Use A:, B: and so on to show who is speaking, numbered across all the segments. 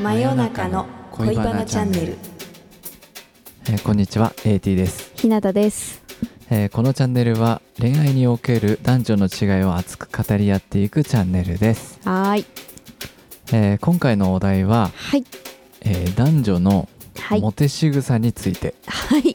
A: 真夜中の恋バナチャンネル
B: えーこんにちは AT です、
C: 日向です。
B: えーこのチャンネルは恋愛における男女の違いを熱く語り合っていくチャンネルです、
C: はーい。
B: えー今回のお題は、
C: はい。
B: えー男女の
C: はい。
B: モテ仕草について
C: はい。
B: っ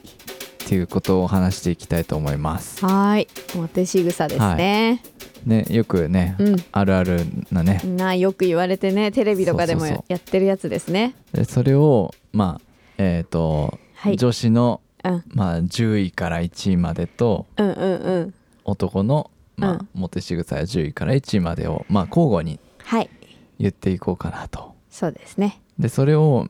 B: ていうことをお話していきたいと思います、
C: はーい。モテ仕草ですね。
B: ね、よくね、あるあるなね
C: う、ん。なあよく言われてね、テレビとかでも
B: そうそうそう
C: やってるやつですね。
B: でそれをまあえっ、と、
C: はい
B: 女子の、
C: うん
B: まあ、10位から1位までと
C: うんうんうん。
B: 男の、まあ
C: うん
B: モテ仕草や10位から1位までを、まあ、交互に
C: はい。
B: 言っていこうかなと。
C: そうですね。
B: でそれを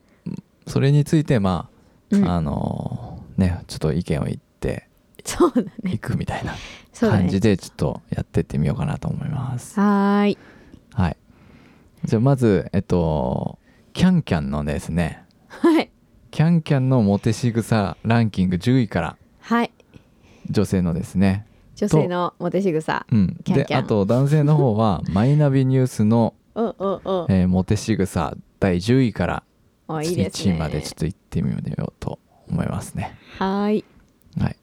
B: それについてまあ、
C: うん
B: あのねちょっと意見を言って
C: そうだね。
B: いくみたいな
C: そうだ
B: 感
C: ね
B: じ。でちょっとやってってみようかなと思います。
C: はーい。
B: はい、じゃあまずえっとキャンキャンのですね
C: はい。
B: キャンキャンのモテ仕草ランキング10位から
C: はい。
B: 女性のですね。
C: 女性のモテ仕草。
B: うん、
C: キャンキャン
B: であと男性の 方はマイナビニュースの、
C: うんうんうん。
B: えーモテ仕草第10位から
C: おいいです
B: 1
C: ね。
B: 位までちょっと行ってみようと思いますね。
C: はーい。
B: はい。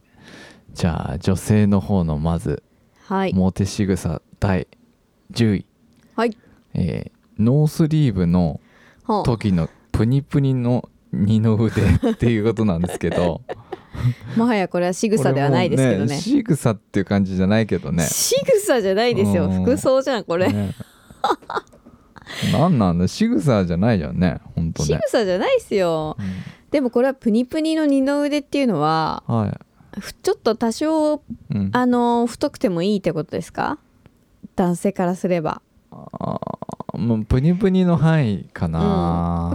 B: じゃあ女性の方のまず、
C: はい。
B: モテ仕草第10位、
C: はい。
B: えーノースリーブの
C: ほう。
B: 時のプニプニの二 の腕っていうことなんですけど、
C: もはやこれは仕草ではないですけど
B: これも
C: ね。
B: 仕草っていう感じじゃないけどね。
C: 仕草じゃないですよ。
B: うん
C: 服装じゃん、これ。
B: ねなんなんだ仕草じゃないじゃんね、本当
C: 仕
B: ね。
C: 草じゃないですよ。でもこれはプニプニの二の腕っていうのは
B: うんは
C: ふちょっと多少
B: い。うん
C: あの太くてもいいってことですか男性からすれば
B: あーもうプニプニの範囲かな。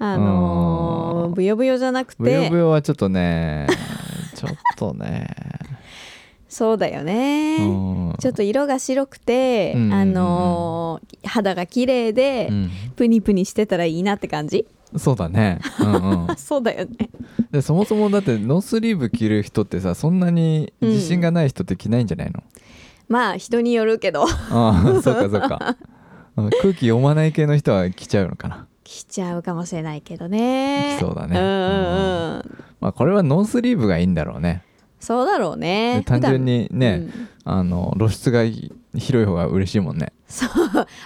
C: あの
B: うん
C: ーブヨブヨじゃなくて
B: ブヨブヨはちょっとね、ちょっとね。
C: そうだよ ね、
B: うん
C: ちょっと色が白くて、
B: うん
C: あのー肌が綺麗で、
B: うん
C: プニプニしてたらいいなって感じ
B: そうだね、うん うん
C: あ、そうだよね
B: でそもそもだってノースリーブ着る人ってさそんなに自信がない人って着ないんじ ゃないの、
C: まあ人によるけど
B: ああそうかそうかうん空気読まない系の人は着ちゃうのかな、
C: 来ちゃうかもしれないけどね
B: そうだね
C: うんうんうん
B: まあ、これはノースリーブがいいんだろうね
C: そうだろうね
B: で単純に
C: 普段
B: ね、
C: うん
B: あの露出が広い方が嬉しいもんね
C: そう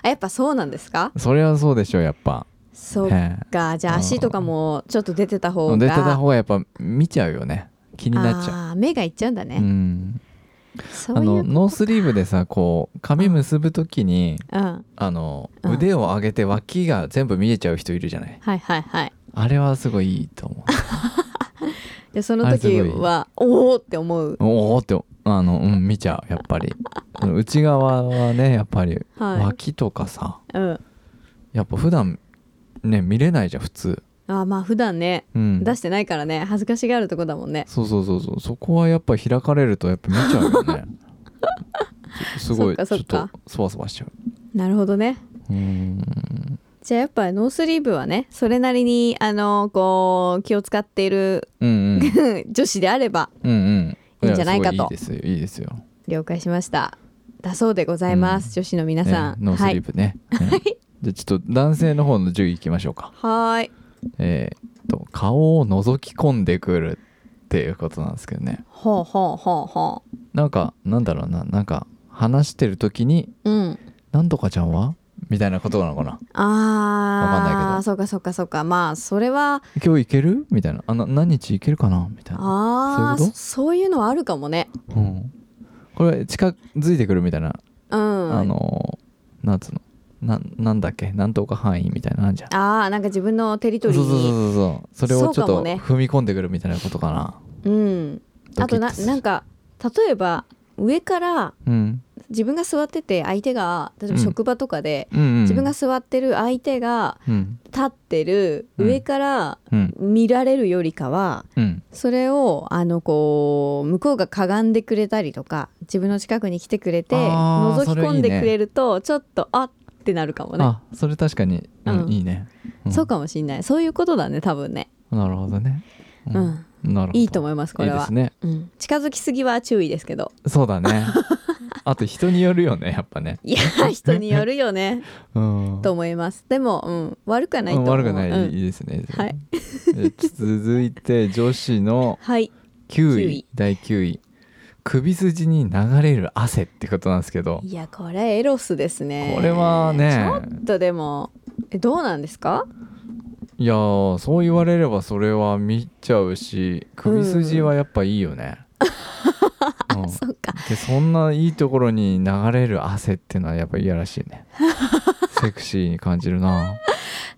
C: あやっぱそうなんですか
B: それはそうでしょうやっぱ
C: そう
B: え
C: かじゃあ
B: うん
C: 足とかもちょっと出てた方
B: え
C: が
B: 出てた方がやっぱ見ちゃうよね気になっちゃ
C: あー目がいっちゃうんだ
B: う、
C: ね、
B: うん、
C: そ
B: あ
C: うい
B: の
C: う
B: ノースリーブでさこう髪結ぶ時に
C: うん
B: あの、
C: うん
B: 腕を上げて脇が全部見えちゃう人いるじゃない
C: はいはいはい
B: あれはすごいいいと思う
C: でその
B: あれすごい
C: 時はおおって思 う
B: おおってあの、うん、見ちゃうやっぱりその内側はねやっぱり
C: は
B: 脇とかさ
C: い、うん、
B: やっぱ普段ね見れないじゃん普通、
C: あーまあ普段ね
B: うん、
C: 出してないからね恥ずかしがるとこだもんね
B: そうそうそうそうそこはやっぱ開かれるとやっぱ見ちゃうよ ねすすご
C: そ
B: い
C: っか
B: ち
C: そ
B: ょ
C: っ
B: っ
C: か
B: とそわそわしちゃう
C: なるほどね
B: うーん
C: じゃあやっぱノースリーブはねそれなりにあのこう気を使っている
B: うんうん
C: 女子であれば
B: うんうん
C: いいんじゃないかと
B: やすごいいいですよいいですよ
C: 了解しましただそうでございます、
B: うん
C: 女子の皆さん、
B: ねノースリーブね、うんじゃあちょっと男性の方の10位いきましょうか
C: はいはーい
B: えーっと顔を覗き込んでくるっていうことなんですけどね
C: ほうほうほうほ
B: なんかなんだろうななんか話してる時に
C: ううん
B: 「なんとかちゃんは?」みたいなことなのかなわかんないけ
C: あ
B: ど
C: あそうかそうかそうかまあそれは
B: 「今日行ける?」みたいな「あの何日行けるかな?」みたいな、
C: ああ
B: そういうこと
C: そういうのはあるかもね
B: うん、これ近づいてくるみたいな、
C: うん
B: あのーなんつうのななんだっけなんとか範囲みたいなのあんじゃん
C: あーなんか自分のテリト
B: そう
C: リー
B: そ
C: に
B: うそうそうそうそれをち
C: そう
B: ょっ
C: かも
B: と
C: ね
B: 踏み込んでくるみたいなことかな
C: うんあと
B: ド
C: な
B: キッする
C: なんか例えば上から
B: うん
C: 自分が座ってて相手が例えば
B: うん
C: 職場とかで、
B: うんうん、
C: 自分が座ってる相手が
B: うん
C: 立ってる
B: うん
C: 上から
B: うん
C: 見られるよりかは、
B: うん
C: それをあのこう向こうがかがんでくれたりとか自分の近くに来てくれて
B: あー
C: 覗き込ん
B: それいいね
C: でくれるとちょっとあってなるかもね
B: あそれ確かに、うん
C: うん
B: いいね、ん
C: そうかもしんないそういうことだね多分ね
B: なるほどね、
C: う、ん
B: なるほど
C: いいと思いますこれ
B: いい
C: は
B: ですね
C: うん近づきすぎは注意ですけど
B: そうだねあと人によるよねやっぱね
C: いや 人によるよね
B: うん
C: と思いますでも、うん、悪くはないと
B: うん
C: 思う
B: 悪くない、
C: うん
B: いいですね
C: はい、
B: じゃあ続いて女子の
C: はい、
B: 9位
C: 九位
B: 第9位首筋に流れる汗ってことなんですけど
C: いやこれエロスですね
B: これはね
C: ちょっとでもえどうなんですか
B: いやーそう言われればそれは見ちゃうし首筋はやっぱいいよね、 うん
C: そうか
B: でそんないいところに流れる汗っていうのはやっぱいやらしい ねセクシーに感じるな、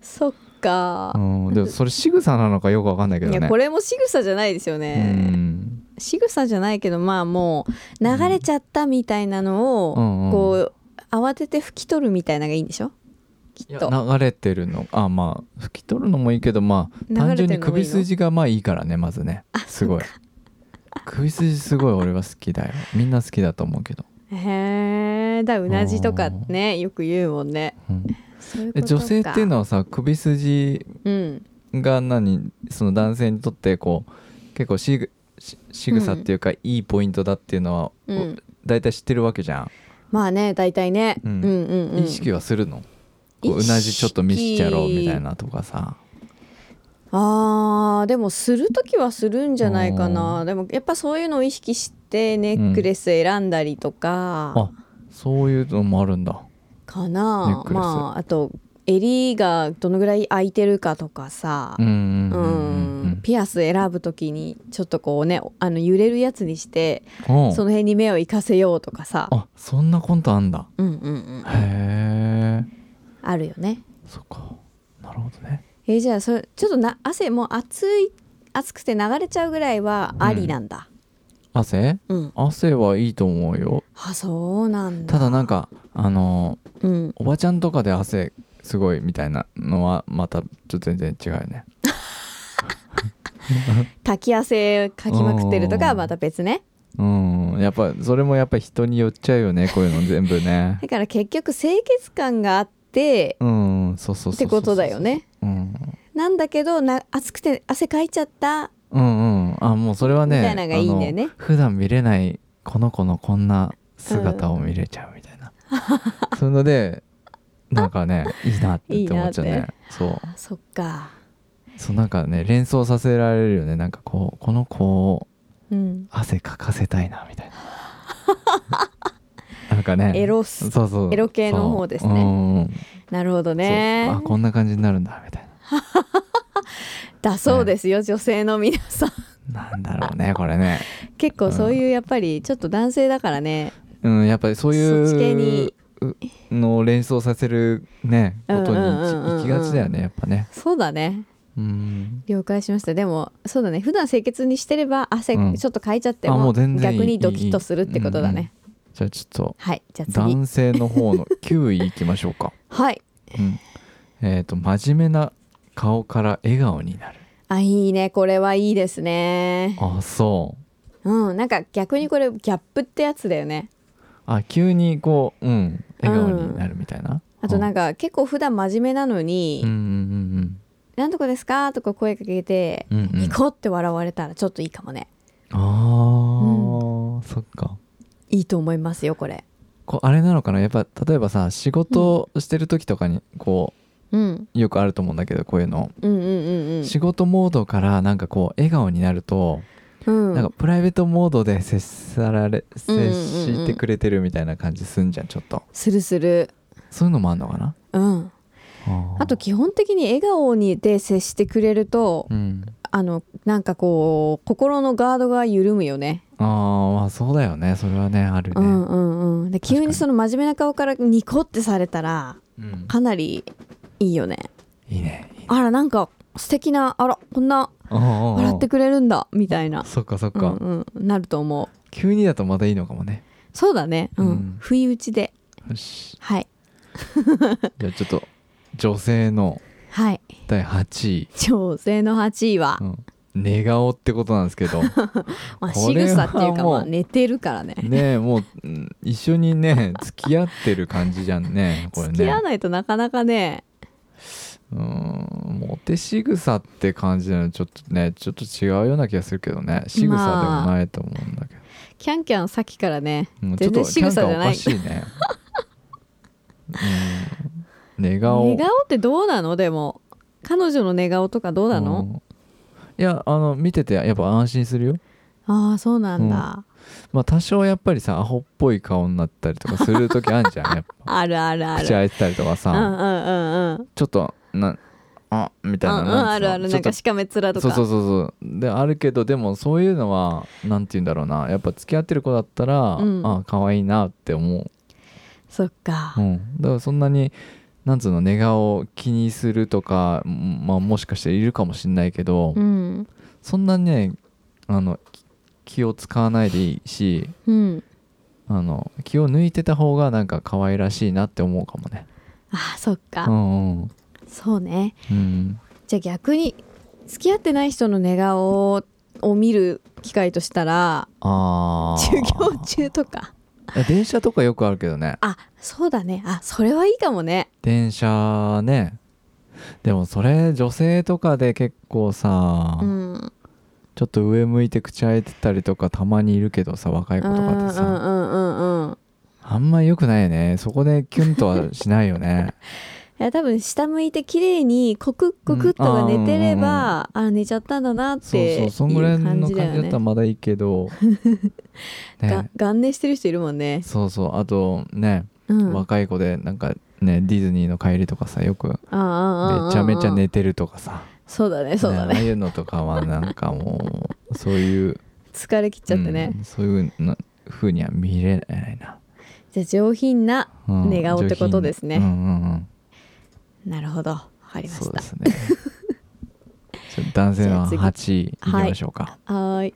C: そっか
B: う、ん、でもそれ仕草なのかよくわかんないけど
C: い
B: ね
C: やこれも仕草じゃないですよ
B: う
C: ね、
B: ん
C: 仕草じゃないけどまあもう流れちゃったみたいなのを、
B: うんうん
C: こう慌てて拭き取るみたいなのがいいんでしょき
B: い
C: っ
B: や
C: と
B: 流れてるのあまあ拭き取るのもいいけどまあ
C: 流
B: 単
C: れ
B: 純
C: て
B: に
C: るのもい
B: 首
C: いの
B: 筋がまあいいからねまずねすごい首筋すごい俺は好きだよみんな好きだと思うけど、
C: へえだからうなじとかねよく言うもんね
B: うん
C: そういうこ
B: え
C: とか
B: 女性っていうのはさ首筋
C: うん
B: が何その男性にとってこう結構しぐし仕草っていうか、いいポイントだっていうのは、
C: うん
B: 大体知ってるわけじゃん、
C: まあね大体ね、
B: う
C: うんん、うんうん
B: 意識はするのこううなじちょっと見せちゃろうみたいなとかさ
C: あーでもする時はするんじゃないか
B: う
C: なでもやっぱそういうのを意識してネックレス選んだりとか
B: あそういうのもあるんだ
C: か
B: ネ
C: な
B: ッ、クレス
C: まああと襟がどのぐらい空いてるかとかさ
B: う、ん
C: う
B: うんんうん
C: ピアス選ぶ時にちょっとこうねあの揺れるやつにして
B: うん
C: その辺に目を行かせようとかさ、
B: あそんなコントあんだ
C: うんうんうん、
B: へえ
C: あるよね。
B: そっかなるほどね
C: えーじゃあそれちょっとな汗もう暑い暑くて流れちゃうぐらいはありなんだ。
B: 汗
C: うん、
B: 汗はいいと思うよ
C: あそうなんだ。
B: ただなんかあの
C: うん、
B: おばちゃんとかで汗すごいみたいなのはまたちょっと全然違うよね
C: 滝汗かきまくってるとか
B: う
C: は
B: ん
C: また別ね
B: うんやっぱそれもやっぱ人によっちゃうよねこういうの全部ね
C: だから結局清潔感があって
B: うんそうそうそうそう
C: ってことだよね
B: うん
C: なんだけどな暑くて汗かいちゃった
B: うんうんあもうそれはね
C: みたいなのがいいんだよね
B: あの普段見れないこの子のこんな姿を見れちゃうみた いな、そういうのでなんかねいいなってって思っちゃう
C: いい
B: ね
C: なっ
B: そう
C: あそっか
B: そうなんかね連想させられるよねなんかこうこの子を
C: うん
B: 汗かかせたいなみたいな なんかね
C: エロス
B: そうそう
C: エロ系の方ですね
B: そううんうん
C: なるほどね
B: そうあこんな感じになるんだみたい
C: だそうですよ、女性の皆さん
B: ななんだろうねこれね
C: 結構そういうやっぱりちょっと男性だからね
B: うんやっぱりそう
C: そっち系
B: いう
C: に
B: のを連想させるね
C: う
B: こ
C: ん
B: とに
C: うんうんうんうん
B: 行きがちだよねやっぱね
C: そうだね
B: うん
C: 了解しましたでもそうだね普段清潔にしてれば汗
B: うん
C: ちょっとかいちゃって
B: あもう
C: も
B: 全然いい
C: 逆にドキッとするってことだ
B: いいい
C: ね
B: じゃあちょっと
C: はいじゃあ次
B: 男性の 方の9位いきましょうか、
C: はい
B: うん、えっ、と真面目な顔から笑顔になる
C: あいいねこれはいいですね
B: あそう
C: うんなんか逆にこれギャップってやつだよね
B: あ急にこううん笑顔になるみたいな、
C: あとなん
B: か
C: か結構普段真面目なのに
B: うんうん
C: 「なんとかですか?」とか声かけて
B: うんうんうんう
C: ニ
B: ん
C: コって笑われたらちょっといいかもね
B: あー、そっか
C: いいと思いますよこれ
B: こうあれなのかなやっぱ例えばさ仕事してる時とかにこ
C: うん
B: うよくあると思うんだけどこういうの、
C: うんうんうん
B: 仕事モードからなんかこう笑顔になると、
C: うんう
B: なん
C: ん
B: かプライベートモードで接さられ
C: うんうんう
B: 接
C: ん
B: してくれてるみたいな感じすんじゃんちょっと
C: するする
B: そういうのもあんのかな
C: うん
B: あー
C: あと基本的に笑顔にで接してくれると
B: うん
C: あのなんかこう心のガードが緩むよね
B: あーまあそうだよねそれはねあるね、
C: うんうんうんで
B: 確かに
C: 急にその真面目な顔からニコってされたら
B: うん
C: かなりいいよね
B: いいねいいね
C: あらなんか素敵なあらこんな
B: おうおうおう
C: 笑ってくれるんだみたいな、
B: そっかそっ
C: う
B: か、
C: んうん、なると思う
B: 急にだとまだいいのかもね
C: そうだねうん、
B: うん
C: 不意打ちで
B: よ し
C: はい
B: じゃあちょっと女性の
C: はい
B: 第8位、
C: 女性の8位は
B: う、ん、寝顔ってことなんです けど
C: まあ、
B: こ
C: 仕
B: れは
C: 草っていうか
B: もう
C: まあ寝てるからね
B: ねえもう、うん一緒にね付き合ってる感じじゃんねこれ
C: 付き合
B: ね
C: わないとなかなかね
B: うんモテ仕草って感じなのちょっとねちょっと違うような気がするけどね仕草でもないと思うんだけど、
C: キャンキャンさっきからね
B: もうち
C: 全
B: ょっ
C: 然
B: とキ
C: 仕
B: ャン
C: 草
B: が
C: じ
B: お
C: ゃな
B: か
C: い
B: し いね、うん、寝顔
C: 寝顔ってどうなのでも彼女の寝顔とかどうなの、
B: うんいやあの見ててやっぱ安心するよ
C: ああそうなんだ、
B: まあ多少やっぱりさアホっぽい顔になったりとかする時あんじゃんやっ
C: ある ある
B: ぱ
C: あ
B: 口
C: る
B: 開いてたりとか
C: う
B: さ、
C: んうんうんうん
B: ちょっとなあみたいな
C: うんうん
B: なん
C: あるある
B: ちょ
C: な
B: っ
C: ん
B: と
C: かしかめ面とか
B: そうそうそうそうであるけどでもそういうのはなんて言うんだろうなやっぱ付き合ってる子だったら、
C: うん
B: あ可愛いなって思
C: そっか
B: う、うん、だからそんなになんつうの寝顔を気にするとか、うんまあ、もしかしているかもしれないけど、
C: うん
B: そんなにねあのき気を使わないでいいし
C: うん
B: あの気を抜いてた方がなんか可愛らしいなって思うかもね。
C: ああそっか、
B: うんうん
C: そうね
B: うん、
C: じゃあ逆に付き合ってない人の寝顔を見る機会としたら
B: ああ
C: 授業中とか
B: 電車とかよくあるけどね
C: あそうだねあそれはいいかもね
B: 電車ねでもそれ女性とかで結構さ、
C: うん
B: ちょっと上向いて口開いてたりとかたまにいるけどさ若い子とかってさ、
C: うんうんうんうんうん
B: あんま良くないよねそこでキュンとはしないよね
C: いや多分下向いて綺麗にコクッコクッとが寝てれば、あ寝ちゃったんだ なっ
B: そう
C: てい
B: そ
C: うう
B: そんぐらいの
C: 感
B: 感
C: じ
B: じ
C: だ
B: だった
C: よね
B: らまだいい けど
C: が
B: ね
C: 眼寝してる人いるもんね
B: そうそうあとね、
C: うん
B: 若い子でなんかねディズニーの帰りとかさよくめ
C: め
B: ちゃめちゃ寝てるとかさ
C: そうだねそうだ
B: ねああ
C: ね
B: いうのとかはなんかもうそういう
C: 疲れ切っちゃってね、
B: うんそういうな風には見れないな、
C: じゃあ上品な
B: うん
C: 寝顔ってことですね
B: 上品うんうんうん
C: なるほどわかりま
B: そう
C: し
B: で
C: た
B: すね ちょっと男性
C: じゃ
B: の
C: あ次
B: 8位いきましょうか、
C: はーい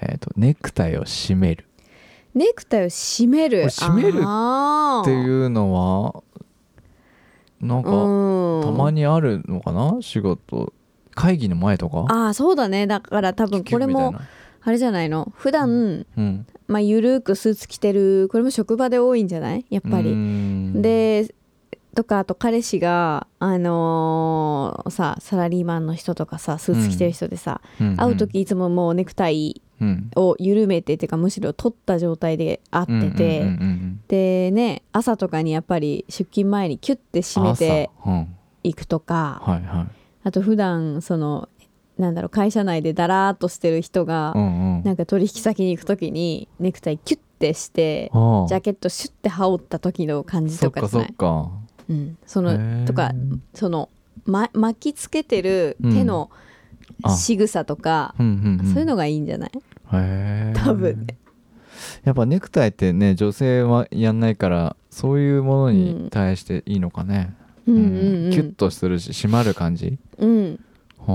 B: えっ、とネクタイを締める
C: ネクタイを締める
B: これ締める
C: あー
B: っていうのはなんか、
C: うん
B: たまにあるのかな仕事会議の前とか
C: ああそうだねだから多分
B: 気球
C: これ
B: みたい
C: も
B: な
C: あれじゃないの普段、
B: うん
C: まあゆるーくスーツ着てるこれも職場で多いんじゃないやっぱ
B: う
C: り
B: ん
C: でとかあと彼氏があのーさサラリーマンの人とかさスーツ着てる人でさ、
B: んん
C: 会う時いつももうネクタイ
B: うん
C: を緩めてっていうかむしろ取った状態で会ってて、
B: うんうんうんうん
C: でね朝とかにやっぱり出勤前にキュッて締めて
B: 朝うん
C: いくとか
B: はいはい
C: あと普段そのなんだろう会社内でだらーっとしてる人が、
B: うんうん
C: なんか取引先に行く時にネクタイキュッてして
B: ああ
C: ジャケットシュッて羽織った時の感じ
B: そ
C: と
B: っ
C: か
B: か
C: じゃ
B: そ
C: な
B: っ
C: い
B: か
C: うん、そ
B: へ
C: の
B: ー
C: とかその、ま、巻きつけてる手の
B: あ
C: 仕草とか、
B: うんうんん
C: そういうのがいいんじゃない
B: へえ
C: 多分ね
B: やっぱネクタイってね女性はやんないからそういうものに対していいのかね、
C: うん
B: う
C: うんん
B: キュッとするし締まる感じ
C: うん、
B: は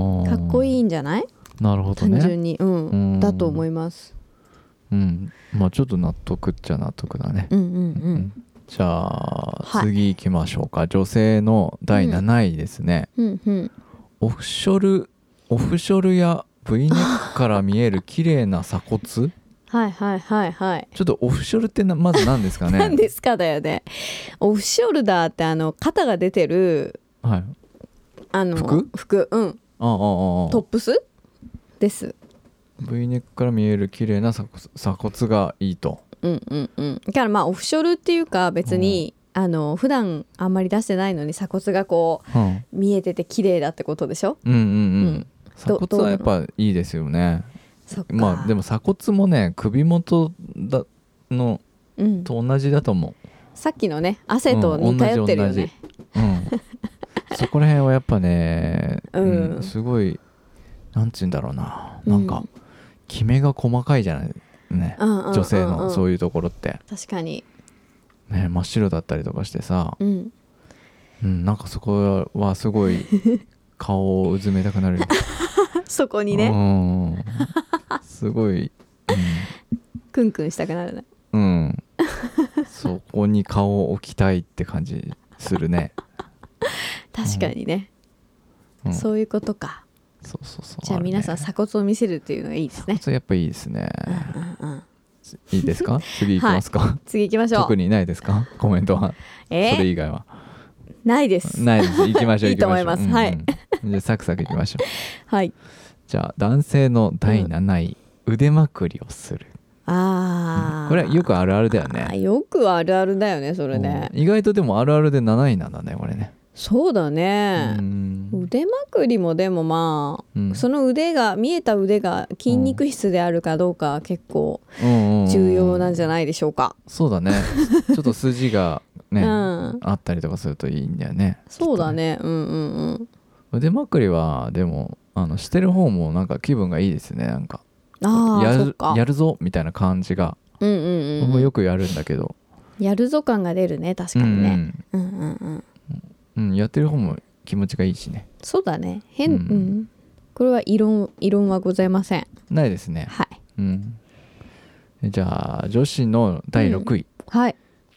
C: うん、
B: あ
C: かっこいいんじゃない
B: なるほど
C: 単
B: ね
C: 純に、うん
B: うん
C: だと思います
B: うんまあちょっと納得っちゃ納得だね、
C: うんうん
B: う
C: うん
B: じゃあ、
C: はい
B: 次行きましょうか女性の第7位ですね、
C: うんうん
B: オフショルオフショルや V ネックから見える綺麗な鎖骨 ちょ
C: はいはいはいはい
B: っとオフショルってなまず何ですか ね
C: 何ですかだよねオフショルダーってあの肩が出てる
B: はい
C: あの
B: 服
C: うん
B: ああああああ
C: トップスです。
B: V ネックから見える綺麗な鎖骨鎖骨がいいと。
C: うんうんうん。だからまあオフショルっていうか別に、あの普段あんまり出してないのに鎖骨がこ
B: うん、うん
C: う見えてて綺麗だってことでしょ。
B: うんうん
C: うん
B: 鎖
C: ど
B: 骨はやっぱいいですよね。
C: そっか。
B: まあでも鎖骨もね首元だの
C: うん、
B: と同じだと思
C: さっきのね汗と似通ってるよね。
B: う。うん、そこら辺はやっぱね、
C: うん
B: すごいなんて言うんだろうな
C: うん
B: なんかキメが細かいじゃないね、
C: うんうんうんうん
B: 女性のそういうところって、
C: 確かに。
B: ね、真っ白だったりとかしてさ、
C: うん。
B: うん、なんかそこはすごい顔をうずめたくなるよ
C: そこ にね
B: ね。うん、すごい、
C: クンクンしたくなるね。
B: うん、うん、そこに顔を置きたいって感じするね。
C: 確かにね、
B: うん、そう
C: そういうことか。
B: そうそう。
C: じゃあ皆さん
B: るね
C: 鎖骨を見せるっていうのがいいですね。
B: それやっぱいいですね。
C: うんうん。
B: いいですか？次行きますか？
C: 次行きましょう。
B: 特にないですか？コメントは、
C: えー
B: それ以外は
C: ないです。
B: ないです。行きましょう。
C: いいと思います
B: 行きしょう
C: はい
B: うんうんじゃあサクサク行きましょう。
C: はい。
B: じゃあ男性の第7位、腕まくりをする。
C: ああ、
B: これはよくあるあるだよ
C: あ
B: ね
C: よくあるあるだよねそれね
B: うん意外とでもあるあるで7位なんだねこれね
C: そうだ
B: う
C: ね、
B: ん
C: 腕まくりもでもまあ、
B: うん
C: その腕が見えた腕が筋肉質であるかどうか結構重
B: 重
C: 要なんじゃ
B: い
C: ないでしょうか、
B: そうだ ねちょっと筋がね、
C: うん
B: あったりとかするといいんだよね
C: そうだねうんうんうん
B: 腕まくりはでもあのしてる方もなんか気分がいいですねなんか
C: ああ
B: や
C: そっ
B: る
C: か
B: やるぞみたいな感じが
C: うんうん
B: 僕
C: う
B: も
C: ん
B: よくやるんだけど、
C: やるぞ感が出るね確か
B: うんう
C: にね、
B: ん
C: うん、うんうん
B: うんやってる方も気持ちがいいしね
C: そうだね変、う
B: うんん
C: これは異論異論はございません
B: ないですね
C: はい
B: うんじゃあ女子の第6位、
C: はい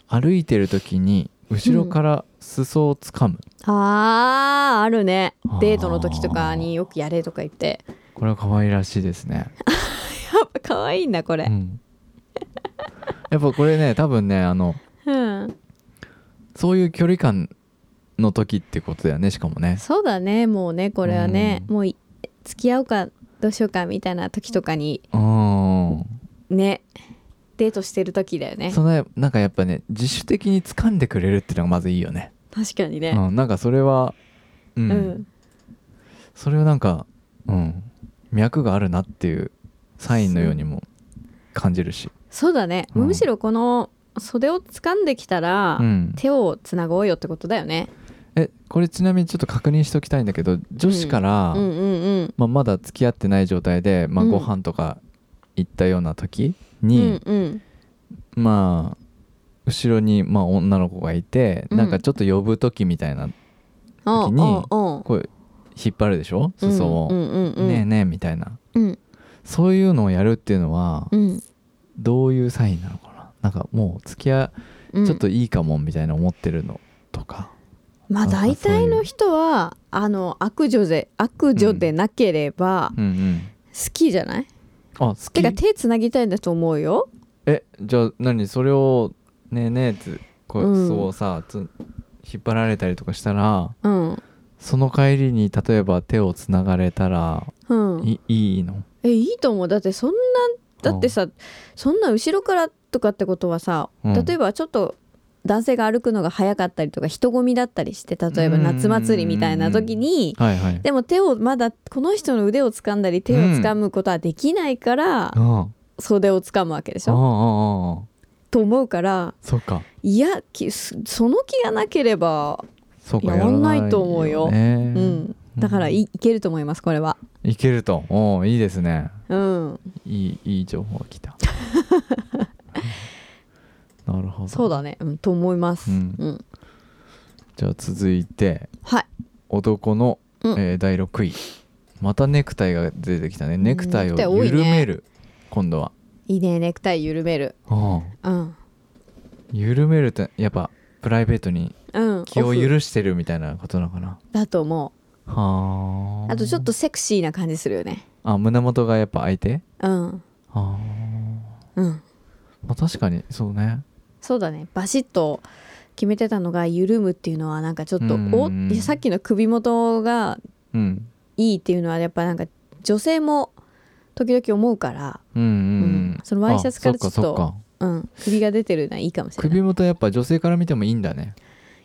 B: 歩いてる時に後ろから裾をつかむ、
C: あーあるね
B: あー
C: デートの時とかによくやれとか言 って
B: これは可愛らしいですね、
C: やっぱ可愛いんだこ
B: う
C: れ
B: ん、やっぱこれね多分ねあの
C: うん
B: そういう距離感の時ってことだよねしかもね
C: そうだねもうねこれはね、
B: う
C: もうい付き合おうかどうしようかみたいな時とかに
B: うん
C: ねデートしてる時だよね
B: そのねなんかやっぱね自主的に掴んでくれるっていうのがまずいいよね
C: 確かにね
B: うん、なんかそれは、う
C: うんん、
B: それはなんか、うん、脈があるなっていうサインのようにも感じるし、
C: そうだね、
B: うん
C: むしろこの袖を掴んできたら、
B: うん、
C: 手をつなごうよってことだよね
B: えこれちなみにちょっと確認しておきたいんだけど女子から、
C: うんうんうん
B: まあ、まだ付き合ってない状態で、まあ、
C: うん
B: ご飯とか行ったような時
C: う
B: に
C: ん、うん
B: まあ後ろに、まあ、女の子がいて、
C: うん
B: なんかちょっと呼ぶ時みたいな
C: おう
B: 時に
C: おうおう
B: こう引っ張るでしょ裾を、
C: うんうんうんうん
B: ねえねえみたいな
C: うん
B: そういうのをやるっていうのは
C: うん
B: どういうサインなのかななんかもう付き合
C: う
B: い
C: ん
B: ちょっといいかもみたいな思ってるのとか、
C: まあ
B: なんかそう
C: 大
B: いう
C: 体の人はあの悪女で悪女でなければ
B: うんうん
C: 好きじゃない、
B: あ好
C: て
B: き
C: か手つなぎたいんだと思うよ
B: えじゃあ何それを「ねえねえ」ってこ
C: う
B: うんそうさつ引っ張られたりとかしたら
C: うん
B: その帰りに例えば手をつながれたら
C: うん
B: いいいの
C: えいいと思うだってそんなだってさそんな後ろからとかってことはさ、
B: うん
C: 例えばちょっと男性が歩くのが早かったりとか人混みだったりして例えば
B: うん
C: 夏祭りみたいな時に
B: はいはい
C: でも手をまだこの人の腕を掴んだり手を掴むことはできないから、
B: うんうん
C: 袖を掴むわけでし
B: うん
C: ょ、
B: うんうん
C: と思うから
B: そうか
C: いやきそその気がなければ、
B: そうか
C: いや
B: ら
C: やんないと思うよ
B: ね
C: うん、だからいいけると思いますこれは。
B: いけるとおーいいですね
C: うん、
B: いいいい情報が 来たなるほど
C: そうだね、うん、と思います。う
B: うんんじゃあ続いて
C: はい
B: 男の、
C: うん
B: えー第6位またネクタイが出てきたねネクタイ
C: ネ
B: を
C: クタイ多いね
B: 緩める、今度は、
C: いいねネクタイ緩める。
B: うん
C: うん
B: 緩めるってやっぱプライベートに
C: うん、
B: 気
C: オ
B: を
C: フ
B: 許してるみたいなことなのかな
C: だと思
B: は
C: う
B: あ
C: あとちょっとセクシーな感じするよね
B: あ胸元がやっぱ開いて
C: うん
B: はあ、
C: うん
B: まあ、確かにそうね
C: そうだねバシッと決めてたのが緩むっていうのはなんかちょっと
B: うん
C: おいやさっきの首元が
B: うん
C: いいっていうのはやっぱなんか女性も時々思うから、
B: うんうん
C: う、
B: うん、
C: そのワイシャツから
B: あ
C: ちょ
B: そっ
C: っ
B: かそっ
C: と
B: か
C: うん、首が出てるのはいいかもしれない
B: 首元やっぱ女性から見てもいいんだね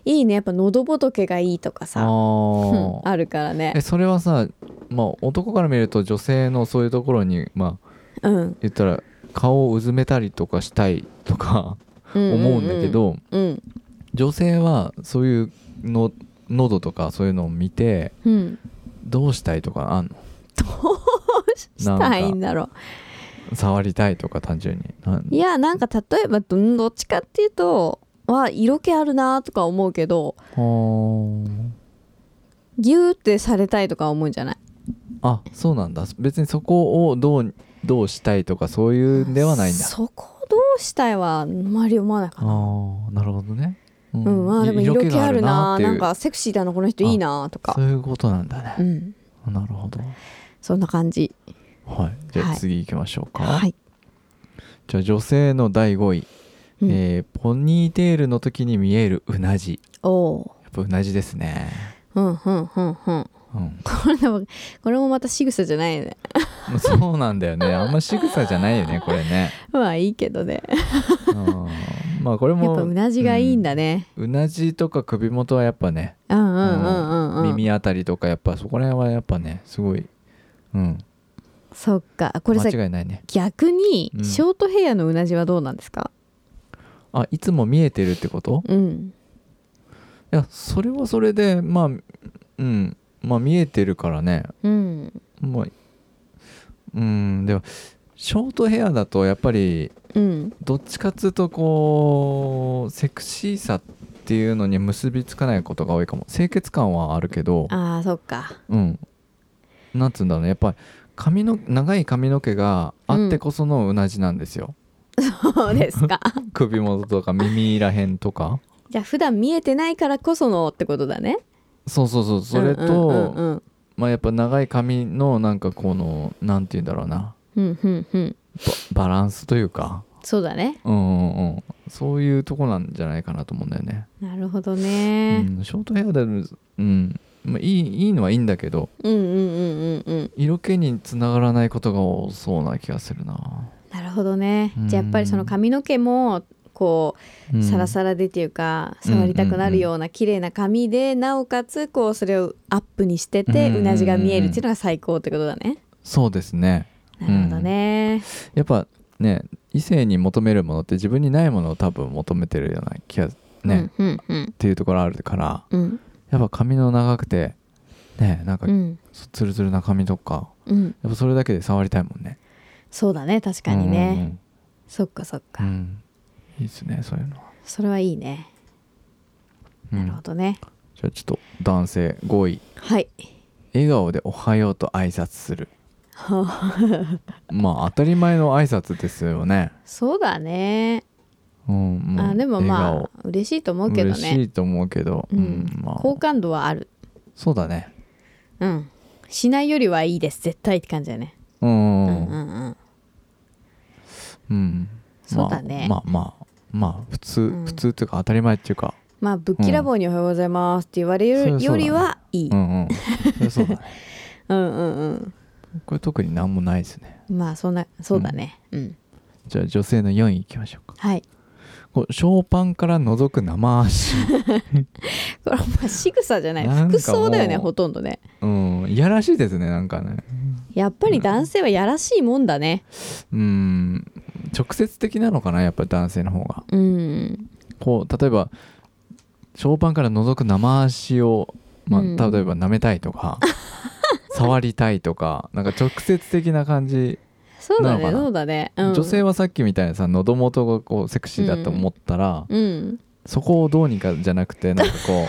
C: いいねやっぱ喉仏がいいとか
B: あ
C: さうん
B: ー
C: あるからね
B: えそれはさまあ男から見ると女性のそういうところにまあ
C: うん
B: 言ったら顔をうずめたりとかしたいとか 思うんだけど、
C: うん
B: 女性はそういうの喉とかそういうのを見て
C: うん、うん、
B: どうしたいとかあんの
C: したいんだろう
B: 触りたいとか単純になん
C: いやなんか例えばどんどっちかっていうとは色気あるなとか思うけど
B: ほー
C: ギューってされたいとか思うんじゃない
B: あそうなんだ別にそこをどうどうしたいとかそういうんではないんだ
C: そこをどうしたいはあんまり思わないか
B: あ
C: な
B: ーなるほどね、うん
C: うんまあでも色気あるな
B: っていう
C: なんかセクシーだなこの人いいなとか
B: そういうことなんだ
C: う
B: ね、
C: ん
B: なるほど
C: そんな感じ
B: はいじゃ
C: は
B: あ
C: い
B: 次行きましょうか、
C: はい
B: じゃあ女性の第5位、
C: うん
B: えーポニーテールの時に見えるうなじ
C: おお
B: やっぱうなじですね
C: ーうんうんうんうん
B: うん
C: これでもこれもまた仕草じゃないね
B: もうそうなんだよねあんま仕草じゃないよねこれね、
C: まあいいけどね
B: うん、まあこれも
C: やっぱうなじがいいんだね、
B: うなじとか首元はやっぱね、
C: うん、うんうんうんうん
B: 耳あたりとかやっぱそこら辺はやっぱねすごい、うん、
C: そっかこれさ
B: 間違いないね
C: 逆に
B: うん
C: ショートヘアのうなじはどうなんですか
B: あいつも見えてるってこと
C: うん
B: いやそれはそれでまあうんまあ見えてるからね
C: うん
B: まあうんでもショートヘアだとやっぱり
C: うん
B: どっちかっつうとこうセクシーさっていうのに結びつかないことが多いかも清潔感はあるけど
C: ああそっか
B: うんなんつうんだろうねやっぱり髪の長い髪の毛があってこそのうなじなんですよ、
C: そうです か
B: 首元とか耳らへんとか
C: じゃあ普段見えてないからこそのってことだね
B: そうそうそうそれと、
C: うんうん
B: まあやっぱ長い髪のなんかこのなんて言うんだろうな
C: うんうんうんうん
B: ババランスというか
C: そうだね
B: うんうんうんそういうとこなんじゃないかなと思うんだよね、
C: なるほど
B: う
C: ね、
B: ん、ショートヘアでもうん、まあ、いいいいのはいいんだけど
C: うん、うんうんうんうん
B: 色気につながらないことが多そうな気がするな、
C: なるほどね
B: うん
C: じゃあやっぱりその髪の毛もこ
B: う
C: うんサラサラでっていうか
B: うん
C: 触りたくなるような綺麗な髪でなおかつこうそれをアップにしてて
B: うん
C: うなじが見えるっていうのが最高ってことだね
B: そうですね
C: なるほどね
B: やっぱね異性に求めるものって自分にないものを多分求めてるような気がね、
C: うんうん
B: っていうところあるから
C: うん
B: やっぱ髪の長くてねなんか
C: うん
B: ツルツルな髪とか、
C: うん
B: やっぱそれだけで触りたいもんね。
C: そうだね確かに
B: うんうん
C: ねそっかそっ
B: うん、
C: か
B: うんいいですねそういうのは。
C: それはいいね
B: うん
C: なるほどね
B: じゃあちょっと男性5位
C: はい
B: 笑顔で「おはよう」と挨拶 する。まあ当たり前の挨拶ですよね。
C: そうだね
B: うんもう
C: あでも
B: 笑
C: ま
B: 顔
C: あ嬉しいと思うけど
B: 嬉し
C: ね
B: いと思うけど、
C: うん
B: ま
C: 好
B: あ
C: 感度はある
B: そうだね。
C: うんしないよりはいいです絶対って感じだね
B: うん
C: うう
B: うんんうん
C: んうん
B: うん
C: そうだね
B: まあまあまあまあ普通、
C: うん
B: 普通っていうか当たり前っていうか。
C: まあぶっきらぼうに「おはようございます」って言われ
B: そりゃ
C: る
B: そう
C: よ
B: だね
C: りはいい
B: うんうん。それそうだね。
C: うんうんうん
B: これ特になんもないですね。
C: まあそんなそうだねうん
B: じゃあ女性の4位いきましょうか。
C: はい
B: こうショーパンから覗く生 足
C: これまあ仕草じゃない
B: なんかもう
C: 服装だよねほとんどね
B: うんいやらしいですねなんかね
C: やっぱり男性はやらしいもんだね
B: うん直接的なのかなやっぱり男性の方が
C: うん
B: こう例えばショーパンから覗く生足を、まあ、
C: うん
B: 例えば舐めたいとか、 触りたいとかなんか直接的な感じ、
C: そうだ
B: なの
C: ね
B: かな
C: そうだね、うん、
B: 女性はさっきみたいにさ喉元がこうセクシーだと思ったら、
C: うん
B: そこをどうにかじゃなくてなんかこ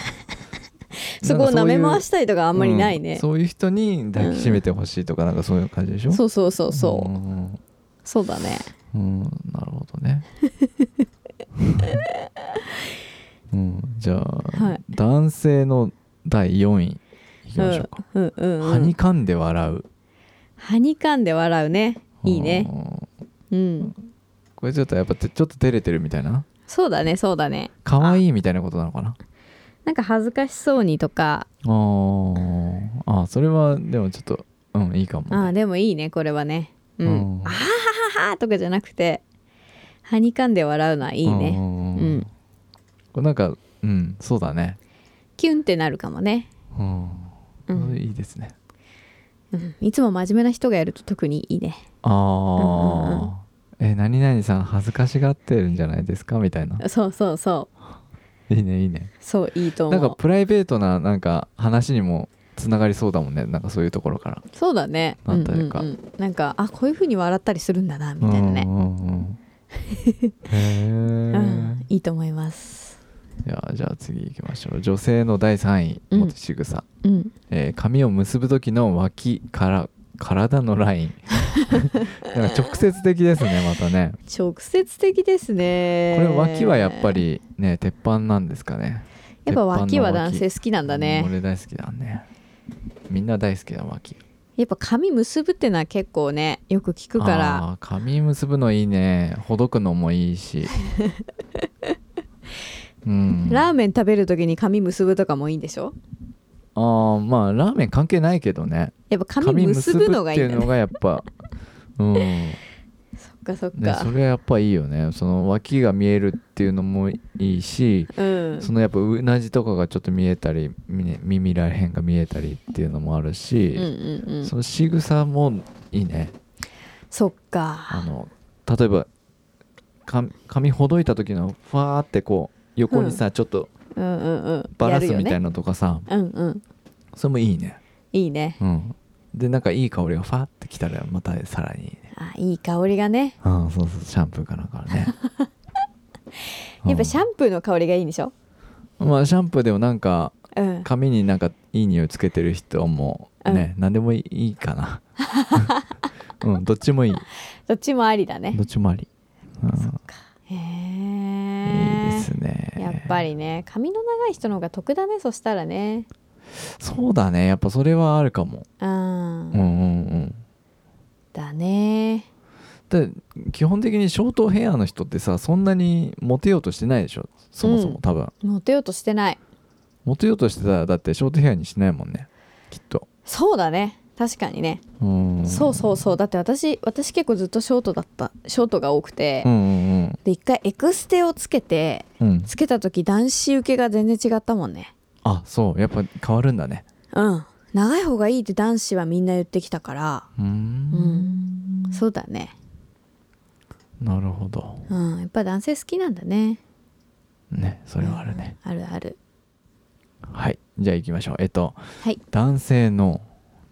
B: う
C: そこを舐め回
B: し
C: したりとかあ
B: あ
C: んまりないね、
B: そういう人に抱きしめてほしいとか、なんかそういう感じでしょ
C: そうそうそうそう、
B: んんん
C: そうだね
B: うん、なるほ どね。うん、じゃあ、
C: はい
B: 男性の第4位いきましょうか。
C: うんうんうん
B: はにかんで笑う。
C: はにかんで笑うねいいね
B: う
C: う
B: ん。
C: ん
B: これちょっとやっぱてちょっと照れてるみたいな。
C: そうだねそうだね
B: 可愛いみたいなことなのかな。
C: なんか恥ずかしそうにとか
B: あーあー、それはでもちょっとうんいいかも、
C: ああでもいいねこれはねう
B: うんん
C: あはははとかじゃなくてはにかんで笑うのはいいね
B: うん
C: うん
B: これなんかうんそうだね。
C: キュンってなるかもね
B: うん。
C: うん
B: これいいですね。
C: うんいつも真面目な人がやると特にいいね うんうんうん
B: ああ、え何々さん恥ずかしがってるんじゃないですかみたいな
C: そうそうそう
B: いいねいいね
C: そういいと
B: なんか
C: 思
B: プライベートななんか話にもつながりそうだもんねなんかそういうところから
C: うそうだねう
B: なんん
C: う
B: と
C: んう
B: いうか
C: んなんかあこういうふうに笑ったりするんだなみたいな
B: う
C: ね
B: んうんうんへ
C: う
B: え、
C: んいいと思います
B: いやじゃあ次行きましょう女性の第3位
C: うん
B: モテ仕草、
C: うん
B: えー髪を結ぶ時の脇から体のライ ンなんか直接的ですねまたね
C: 直接的ですね
B: これ脇はやっぱりね鉄板なんですかね
C: やっぱ
B: 鉄
C: 脇
B: 板の
C: は男性好きなんだね
B: 俺大好きだねみんな大好きだ脇
C: やっぱ髪結ぶってのは結構ねよく聞くから
B: あー髪結ぶのいいねほどくのもい いしうん
C: ラーメン食べる時に髪結ぶとかもいいんでしょ
B: ああまあラーメン関係ないけどね
C: やっぱ髪結ぶのがいい
B: っ
C: ん
B: て
C: だ
B: いうの
C: ね
B: がやっぱ うんね
C: そっかそっか
B: それはやっぱいいよねその脇が見えるっていうのもいいし
C: うん
B: そのやっぱうなじとかがちょっと見えたりみ耳らへんが見えたりっていうのもある
C: うんう
B: し、
C: んうん
B: その仕草もいいね
C: そっ
B: あ
C: か
B: の例えばか髪ほどいた時のファーってこう横にさ、ちょっと
C: うんうんうん
B: バラす
C: やるよ
B: みたい
C: ね
B: なのとかさ、
C: うんうん
B: それもいいね
C: いいね
B: うんでなんかいい香りがファーってきたらまたさらにいいね
C: あいい香りがね
B: あそうそうシャンプーかなんか ね
C: やっぱシャンプーの香りがいいんでしょ
B: うんまあシャンプーでもなんか
C: うん
B: 髪になんかいい匂いつけてる人もね、何でもいいか なうんどっちもいい
C: どっちもありだね
B: どっちもあり、う
C: へ
B: ん、い
C: え
B: いですね
C: やっぱりね髪の長い人の方が得だねそしたらね
B: そうだねやっぱそれはあるかも
C: うん
B: うんうんうん
C: だね
B: で基本的にショートヘアの人ってさそんなにモテようとしてないでしょそもそも
C: うん
B: 多分、
C: モテようとしてない
B: モテようとしてたらだってショートヘアにしないもんねきっと
C: そうだね確かにね、
B: うん
C: そうそうそうだって私私結構ずっとショートだったショートが多くて、
B: うんうん
C: で一回エクステをつけて
B: うんうん
C: つけた時男子受けが全然違ったもんね
B: あそうやっぱ変わるんだね
C: うん長い方がいいって男子はみんな言ってきたから
B: うー
C: うんんそうだね
B: なるほど
C: うんやっぱ男性好きなんだね
B: ねそれはあるね、
C: あるある
B: はいじゃあ行きましょうえっと、
C: はい
B: 男性の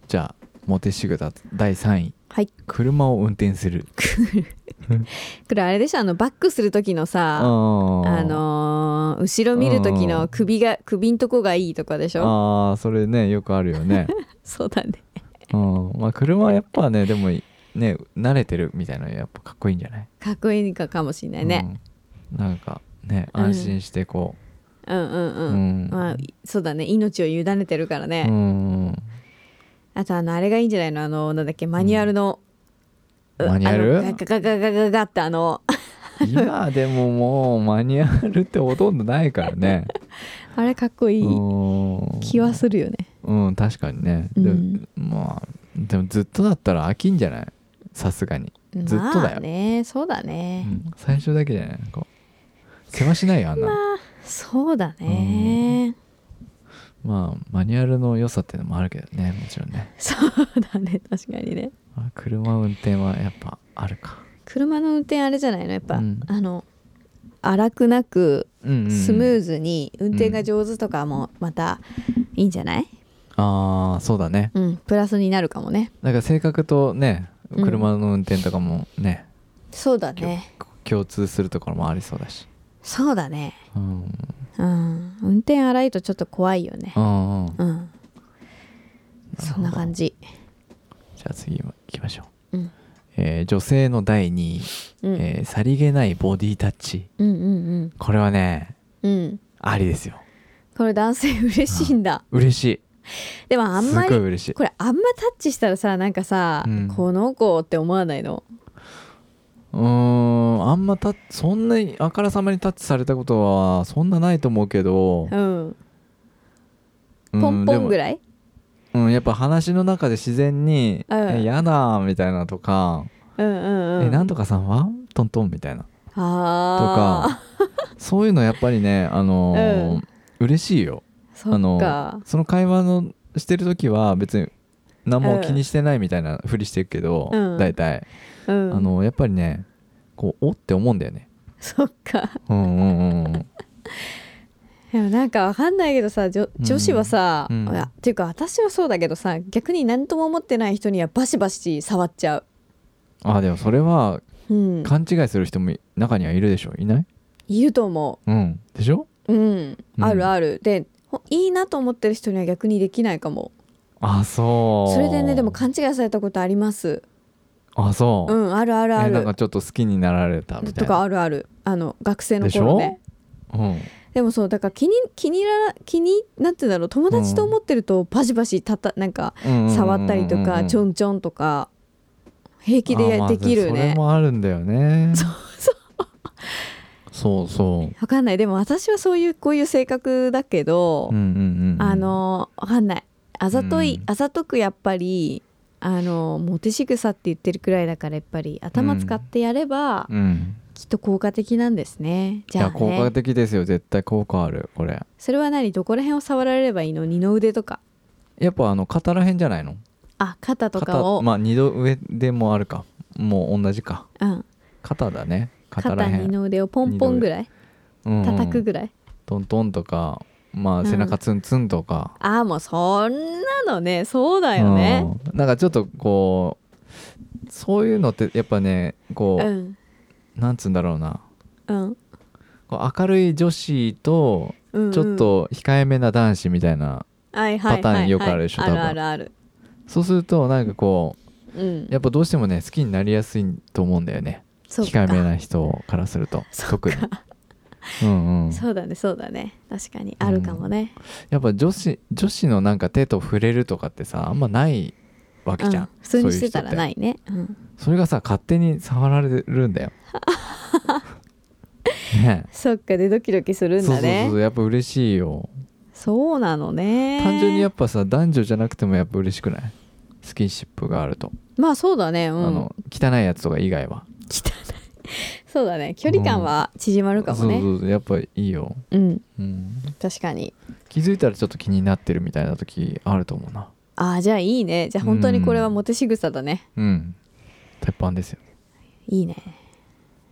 B: じゃあモテ仕草第3位
C: はい
B: 車を運転する
C: これあれでしょあのバックする時の
B: あ
C: さあのー後ろ見る時の首が首んとこがいいとかでしょ
B: あーそれねよくあるよね
C: そうだね
B: うん、まあ車はやっぱねでもね慣れてるみたいなのやっぱかっこいいんじゃない
C: かっこいいかかもしれないね、、
B: うんなんかね
C: うん
B: 安心してこ
C: うん、うんう
B: う、
C: ん
B: うん
C: まあそうだね命を委ねてるからね、
B: うん
C: あとあのあれがいいんじゃないのあのなんだっけマニュアルの、う
B: マニュア
C: あの
B: ル
C: ガガガガガガガってあ の
B: 今でももうマニュアルってほとんどないからね
C: あれかっ こいい
B: うん
C: 気はするよね、
B: うん確かにねで,、
C: うん
B: まあ、でもずっとだったら飽きんじゃないさすがに、ずっとだよ
C: まあねそうだ
B: う
C: ね、
B: ん、最初だけじゃないこう世話しないよあんなの
C: そうだね、
B: まあマニュアルの良さっていうのもあるけどねもちろんね
C: そうだね確かにね
B: あ車運転はやっぱあるか、
C: 車の運転あれじゃないのやっぱ、
B: うん
C: あの荒くなく
B: うんうん
C: スムーズに運転が上手とかもまたいいんじゃない、
B: ああそうだね
C: うん、プラスになるかもね
B: なんか性格とね
C: うん
B: 車の運転とかもね、
C: そうだ
B: きょ
C: ね
B: 共通するところもありそうだし
C: そうだね
B: うん
C: うん運転荒いとちょっと怖いよね
B: うんうん
C: うんそんな感じ
B: じゃあ次も行きましょう、
C: うん
B: えー女性の第2位、
C: うん、
B: えーさりげないボディタッチ
C: うんうん
B: これはね
C: うんうん
B: ありですよ
C: これ男性嬉しいんだ
B: 嬉しい
C: でもあんます
B: ごい
C: り
B: 嬉しい
C: これあんまタッチしたらさなんかさ、
B: うん
C: この子って思わないの
B: うーんあんまたそんなにあからさまにタッチされたことはそんなないと思うけど、
C: うん
B: うん
C: ポンポンぐ
B: で
C: らい
B: もうんやっぱ話の中で自然に「
C: うん
B: えやだ」みたいなとか
C: うんうんう
B: 「
C: ん
B: えなんとかさんはトントン」みたいなと
C: あ
B: かそういうのやっぱりねあのー
C: うん
B: 嬉しいよ
C: ー
B: あ
C: そ
B: の
C: っか
B: その会話のしてる時は別に何も気にしてないみたいなふりしてるけど、
C: うん
B: 大体、
C: うん
B: あのやっぱりねこう「おっ?」て思うんだよね。
C: そっか
B: うんうんうん うん
C: でもなんかわかんないけどさ女
B: うん
C: 女子はさ、
B: うん
C: いやっていうか私はそうだけどさ逆に何とも思ってない人にはバシバシ触っちゃう、
B: あでもそれは
C: うん、
B: 勘違いする人もい中にはいるでしょいない
C: いると思
B: うんでしょ
C: ううん、
B: うん
C: あるあるでほいいなと思ってる人には逆にできないかも
B: あそう
C: それでねでも勘違いされたことあります
B: あそう
C: う、んあるあるあ
B: えなん
C: る
B: かちょっと好きになられたみた
C: と
B: いな
C: かあるあるあの学生の
B: でし
C: 頃
B: ょ、
C: ね
B: うん、
C: でもそうだから気に気になら気になってんだろう友達と思ってるとバシバシたたなんか触ったりと
B: うんうんうん
C: か
B: うんうん
C: ちょんちょんとか平気
B: あ
C: で
B: まあ
C: できる
B: それ
C: ね
B: もあるんだよねそうそうそう
C: わかんないでも私はそういうこういう性格だけど、
B: うんうんうん
C: あのわかんないあざとい、
B: うん
C: あざとくやっぱりあのモテ仕草って言ってるくらいだからやっぱり頭使ってやれば、
B: うん
C: きっと効果的なんですねじゃあ
B: いや効果
C: ね
B: 的ですよ絶対効果あるこれ
C: それは何どこら辺を触られればいいの二の腕とか
B: やっぱあの肩らへんじゃないの
C: あ肩とか
B: 肩
C: を、
B: まあ二度上でもあるかもう同じか
C: うん、
B: 肩だね肩ら
C: 肩
B: へ
C: 二
B: ん
C: の腕をポンポンぐらい
B: うんうん
C: 叩くぐらい、
B: トントンとかま
C: う
B: あ
C: ん
B: 背中ツンツンとか、
C: ああもうそんなのねそうだよね
B: うんなんかちょっとこうそういうのってやっぱね
C: う
B: こう、
C: ん
B: なんつうんだろうな
C: うん
B: こう明るい女子と
C: うんうん
B: ちょっと控えめな男子みたいな、
C: はいはいはい
B: パターンよく
C: はい
B: あるでしょ
C: あ
B: 多
C: る
B: 分
C: あるある
B: そうするとなんかこ
C: うん
B: うやっぱどうしてもね好きになりやすいと思うんだよね
C: そうか
B: 控えめな人からすると
C: そっ
B: 特に
C: か
B: うんうん
C: そうだねそうだね確かにあるかもね、
B: やっぱ女子女子のなんか手と触れるとかってさあんまないわ
C: う
B: け
C: ん
B: じゃん、
C: 普通にしてたら
B: そういう人っ
C: ないねうん、
B: てそれがさ勝手に触られるん だよね
C: そっかでドキドキす
B: え
C: るん
B: そう
C: だ
B: そうそう
C: ね
B: そうやっぱ嬉しいよ
C: そうなのね
B: 単純にやっぱさ男女じゃなくてもやっぱ嬉しくないスキンシップがあると、
C: まあそうだねう
B: あ
C: ん
B: の汚いやつとか以外は
C: そうだね距離感は縮まるかもね、
B: そうそうそうやっぱいいよ、
C: うん
B: うん、
C: 確かに
B: 気づいたらちょっと気になってるみたいな時あると思うな
C: ああじゃあいいねじゃあ本当にこれはモテ仕草だね、
B: うん鉄板ですよ
C: いいね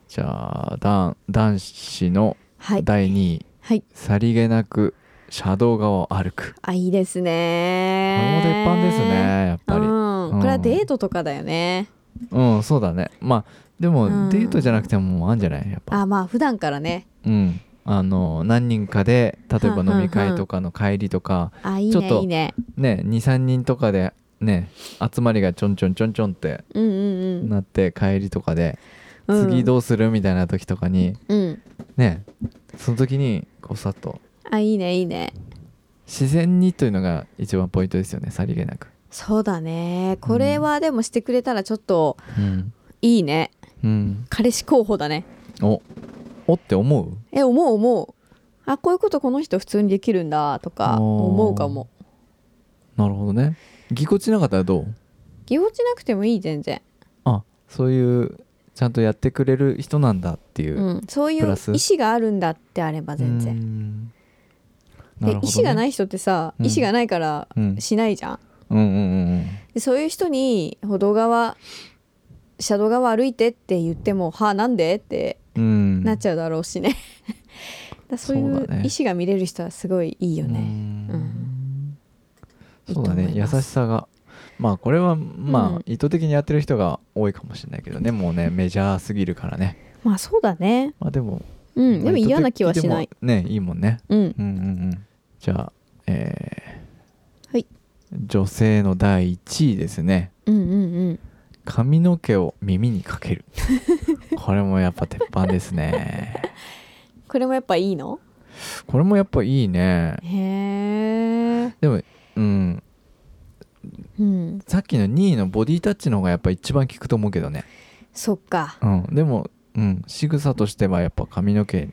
B: じゃあ男男子の
C: はい
B: 第2位、
C: はい
B: さりげなく車道側を歩く
C: あいいです
B: これも
C: ね
B: 鉄板ですねやっぱり
C: うん
B: うん
C: これはデートとかだよね
B: うんそうだねまあで
C: うん
B: もデートじゃなくてももうあんじゃないやっぱ
C: あまあ普段からね
B: うんあの何人かで例えば飲み会とかの帰りとか
C: あいい
B: ちょっ
C: ね
B: と
C: いいね
B: ね23人とかでね集まりがちょんちょんちょんちょんって
C: うんうん
B: なって帰りとかで
C: うん
B: 次どうするみたいな時とかに
C: うん、うん、
B: ねその時にこうさっと
C: あいいねいいね
B: 自然にというのが一番ポイントですよねさりげなく、
C: そうだねこれはでもしてくれたらちょっと
B: うん
C: いいね
B: うん、
C: 彼氏候補だね
B: おおって思う
C: え思う思うあこういうことこの人普通にできるんだとか
B: おー
C: 思うかも
B: なるほどねぎこちなかったらどう
C: ぎこちなくてもいい全然、
B: あそういうちゃんとやってくれる人なんだっていう、
C: うん、そういう意
B: プ
C: 思
B: ラス
C: があるんだってあれば全然
B: 然、
C: で、意思がないい人ってさ、
B: うん
C: 意思がないから
B: うん、
C: しないじゃん
B: うんうんうん
C: でそういう人に歩道側車道側歩いてって言っても「はあなんで?」って
B: うんうん
C: なっちゃうだろうし ねだそういう
B: そう
C: 意
B: だね
C: 思が見れる人はすごいいいよ
B: う
C: ね
B: ん
C: うんいい
B: そうだね
C: と思いま
B: 優
C: す
B: しさがまあこれはまあ、
C: うん
B: 意図的にやってる人が多いかもしれないけどねもうねメジャーすぎるからね
C: まあそうだね
B: まあでも
C: うんでも嫌な気はし
B: ま
C: な
B: あ
C: い
B: 意図的でもねいいもんね
C: うん
B: うんうんうんじゃあえー
C: はい
B: 女性の第1位ですね
C: うんうんうん
B: 髪の毛を耳にかけ るこれもやっぱ鉄板ですね
C: これもやっぱいいの
B: これもやっぱいいね
C: へえ
B: でもうん
C: うん
B: さっきの2位のボディタッチの方がやっぱ一番効くと思うけどね
C: そっか
B: うんでもうん仕草としてはやっぱ髪の毛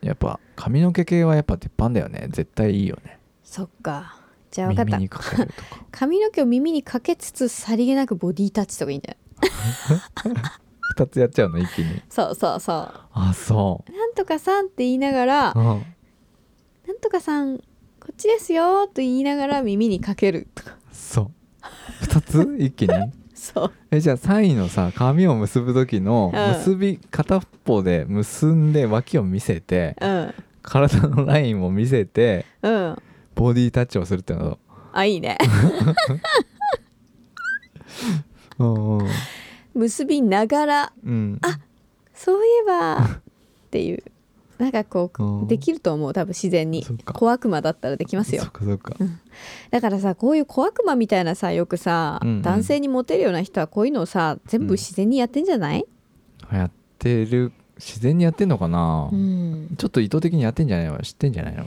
B: やっぱ髪の毛系はやっぱ鉄板だよね絶対いいよね
C: そっかじゃあ分かった
B: 耳にかけるとか
C: 髪の毛を耳にかけつつさりげなくボディタッチとかいいんじゃない
B: 2つやっちゃうの一気に
C: そうそうそう
B: あそ
C: なんとかさんって言いながら
B: う、うん、
C: なんとかさんこっちですよと言いながら耳にかけるとか
B: そう2つ一気に
C: そう
B: えじゃあ3位のさ髪を結ぶ時の
C: うん
B: 結び片方で結んで脇を見せて
C: うん
B: 体のラインも見せて
C: うん
B: ボディタッチをするっていうの
C: あいい ね
B: うんうん
C: 結びながら
B: うん
C: そういえばっていうなんかこ
B: う
C: うんできると思う多分自然に
B: そっか
C: 小悪魔だったらできますよ
B: そっかそっか
C: だからさこういう小悪魔みたいなさよくさ、
B: うんうん
C: 男性にモテるような人はこういうのをさ全部自然にやってんじゃない、
B: やってる自然にやってんのかな、
C: うん
B: ちょっと意図的にやってんじゃないの知ってんじゃないの、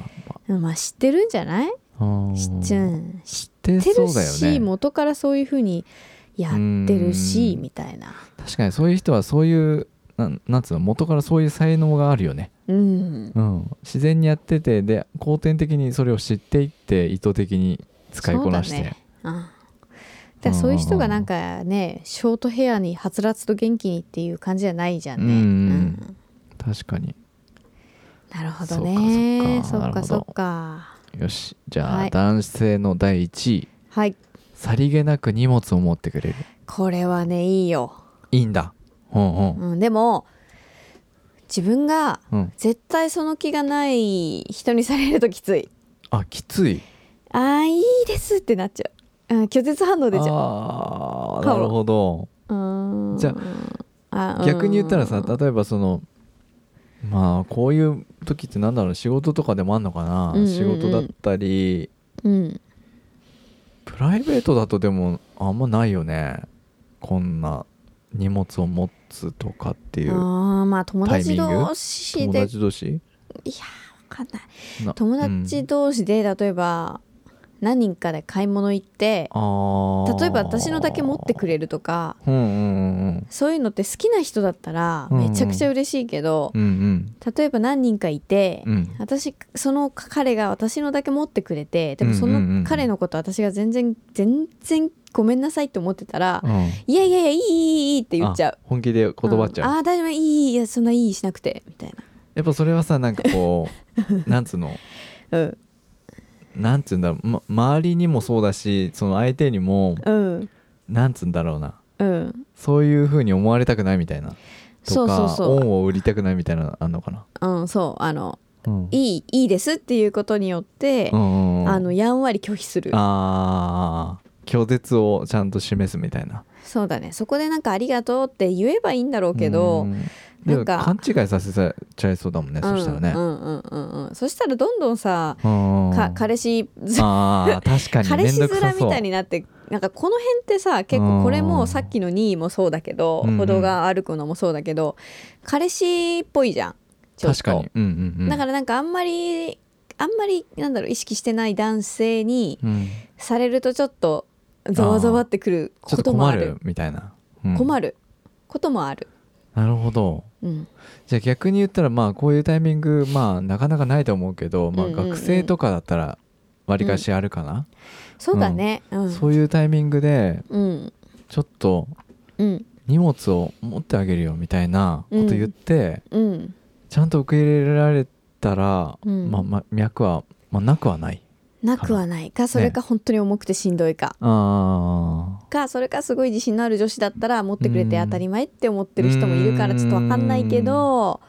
B: ま
C: まあ、知ってるんじゃない
B: あうん
C: 知っちゃうん知
B: 知って
C: って
B: そ
C: る
B: うだよ
C: し、
B: ね
C: 元からそういうふうにやってるし
B: うん
C: みたいな
B: 確かにそういう人はそういうなんなんつうの元からそういう才能があるよね、
C: うん
B: うん、自然にやっててで後天的にそれを知っていって意図的に使いこなし
C: そう
B: て
C: だねあだからそういう人がなんかねショートヘアにはつらつと元気にっていう感じじゃないじゃんね、
B: うんうん
C: ん
B: 確かに
C: なるほどね
B: そ
C: そ
B: っ
C: っか
B: かそっかなるほど
C: そっか
B: よしじゃあ、
C: はい
B: 男性の第1位
C: はい
B: さりげなく荷物を持ってくれる
C: これはねいいよ、
B: いいんだうんうん
C: うん、でも自分が
B: うん
C: 絶対その気がない人にされるときつい
B: あきつい
C: あーいいですってなっちゃう、うん、拒絶反応出ちゃう
B: あー
C: かも
B: なるほど
C: うーん
B: じゃ
C: あうん
B: 逆に言ったらさ例えばそのまあこういう時ってなんだろう仕事とかでもあんのかな、
C: うんうんうん
B: 仕事だったり
C: うん
B: プライベートだとでもあんまないよねこんな荷物を持つとかって
C: あ
B: いう
C: ーまあ友達
B: タイミング
C: 同士
B: 友
C: で
B: 達同士
C: いやーわかんない
B: な
C: 友
B: う
C: 達
B: ん
C: 同士で例えば何人かで買い物行って
B: あー
C: 例えば私のだけ持ってくれるとか
B: うんうんうん
C: そういうのって好きな人だったら
B: うんうん
C: めちゃくちゃ嬉しいけど、
B: うんうん
C: 例えば何人かいて、
B: うんうん
C: 私その彼が私のだけ持ってくれてでもそ
B: うんうんうん
C: の彼のこと私が全然全然ごめんなさいって思ってたら
B: うん
C: 「いやいやいやいいいいいい」って言っちゃう
B: あ。本気で断っちゃう、
C: んああ大丈夫いいいいいやそんないいしなくてみたい
B: やっぱそれはさなんかこ うなんつうの
C: なうん
B: なんつうんだろう、ま、周りにもそうだしその相手にも
C: うん
B: なんつうんだろうな
C: うん
B: そういう風に思われたくないみたいな
C: そ
B: と
C: うそ
B: か
C: うそう
B: 恩を売りたくないみたいなのあんのかな、
C: うんそうあの
B: うん、
C: いいいいですっていうことによって、
B: うんうんうん
C: あのやんわり拒否する
B: あー拒絶をちゃんと示すみたいな
C: そうだねそこでなんか「ありがとう」って言えばいいんだろうけど、う
B: う
C: ん、
B: んで
C: な
B: も
C: んか
B: 勘違いさせちゃいそうだもんね、そしたらね
C: う、んうんうんうんそしたらどんどんさ
B: うんうん、
C: か彼氏ず
B: あー確かに
C: 彼
B: 面
C: 氏
B: 倒くさ
C: 面
B: そう
C: みたいになってなんかこの辺ってさ結構これ
B: う
C: も
B: ん
C: さっきの2位もそうだけど、
B: うんうん
C: 歩道が歩くのもそうだけど彼氏っぽいじゃんちょっと
B: 確かに、うんうんうん、
C: だからなんかあんまりあんまりなんだろう意識してない男性に
B: うん、
C: されるとちょっとざわざわってくる
B: ちょ
C: こ
B: っと
C: とも
B: 困
C: ある
B: るみたいな、うん
C: 困ることもある。
B: なるほど
C: うん、
B: じゃあ逆に言ったらまあこういうタイミングまあなかなかないと思うけど、まあ、
C: うんうんうん
B: 学生とかだったらわりかしあるかな、
C: そうだね。うん、うん、
B: そういうタイミングで
C: うん、
B: ちょっと
C: うん、
B: 荷物を持ってあげるよみたいなこと言って、
C: うん、
B: ちゃんと受け入れられたら、
C: うん
B: まあ、まあ脈は、まあ、なくはない
C: なくはないか、それか本当に重くてしんどいか。
B: あー
C: かそれかすごい自信のある女子だったら持ってくれて
B: うん
C: 当たり前って思ってる人もいるからちょっとわかんないけど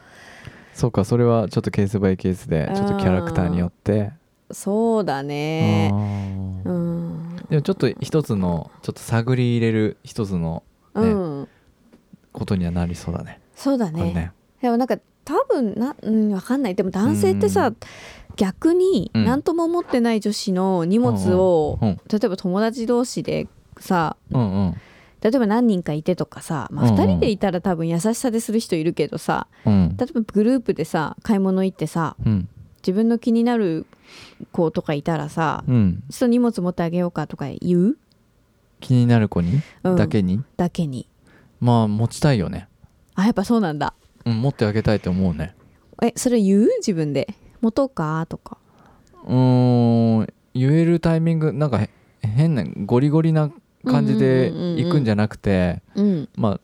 B: そうかそれはちょっとケースバイケースでちょっとキャラクターによって、
C: そうだね
B: あ
C: う
B: ー
C: ん
B: でもちょっと一つのちょっと探り入れる一つの
C: うん
B: ことにはなりそうだね
C: そうだ
B: これ
C: ね
B: ね
C: でもなんか多分な、うん、わかんないでも男性って
B: う
C: さ逆に
B: うん
C: 何とも思ってない女子の荷物を
B: うん
C: 例えば友達同士でさ
B: うんうん
C: 例えば何人かいてとかさ、まあ、
B: うんうん
C: 2人でいたら多分優しさでする人いるけどさ
B: うん
C: 例えばグループでさ買い物行ってさ
B: うん
C: 自分の気になる子とかいたらさ
B: うん
C: ちょっと荷物持ってあげようかとか言う
B: 気になる子に、
C: うん
B: だけに
C: だけに
B: まあ持ちたいよね、
C: あやっぱそうなんだ
B: うん、持ってあげたいと思うね
C: えそれ言う自分で持とうかとか
B: うーん言えるタイミングなんかへ変なゴリゴリな感じで
C: うんうんうんうん
B: 行くんじゃなくて
C: うん
B: まあ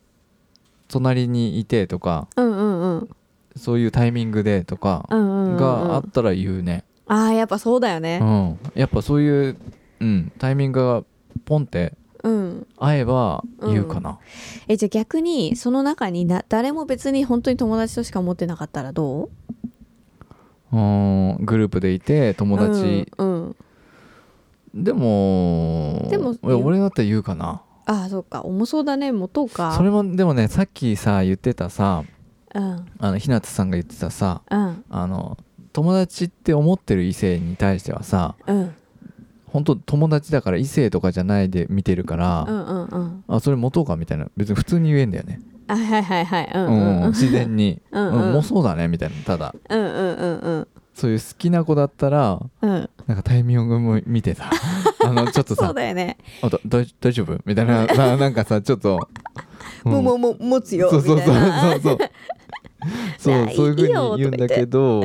B: 隣にいてとか
C: うんうんうん
B: そういうタイミングでとか
C: うんうんうんうん
B: があったら言うね、
C: あーやっぱそうだよ
B: う
C: ね
B: んやっぱそういう、うん、タイミングがポンって
C: うん
B: 合えば言うかな、
C: えじゃあ逆にその中にな誰も別に本当に友達としか思ってなかったらど
B: うん、グループでいて
C: う
B: 友達、
C: うん、うん、
B: でも
C: でも
B: いや俺だったら言うかな
C: ああそうか重そうだね持とうか
B: それもでもねさっきさ言ってたさ
C: うん
B: あの日向さんが言ってたさ
C: うん
B: あの友達って思ってる異性に対してはさ
C: うん
B: 本当友達だから異性とかじゃないで見てるから、
C: うんうんうん
B: あそれ持とうかみたいな別に普通に言えんだよね、
C: あはいはいはいうん
B: う
C: うんんうん
B: 自然に
C: うんうん
B: もうそうだねみたいなただ
C: うんうんうんうん
B: そういう好きな子だったら
C: うん
B: なんかタイミングも見て さあのちょっと
C: そう
B: さ
C: だよね
B: あだ大大丈夫みたいなななんかさちょっとうん
C: もうもうもう持つよ
B: そう
C: み
B: そう
C: たいな
B: そうそう そうそ
C: な
B: う
C: い
B: そういうふうに言うんだけど
C: うん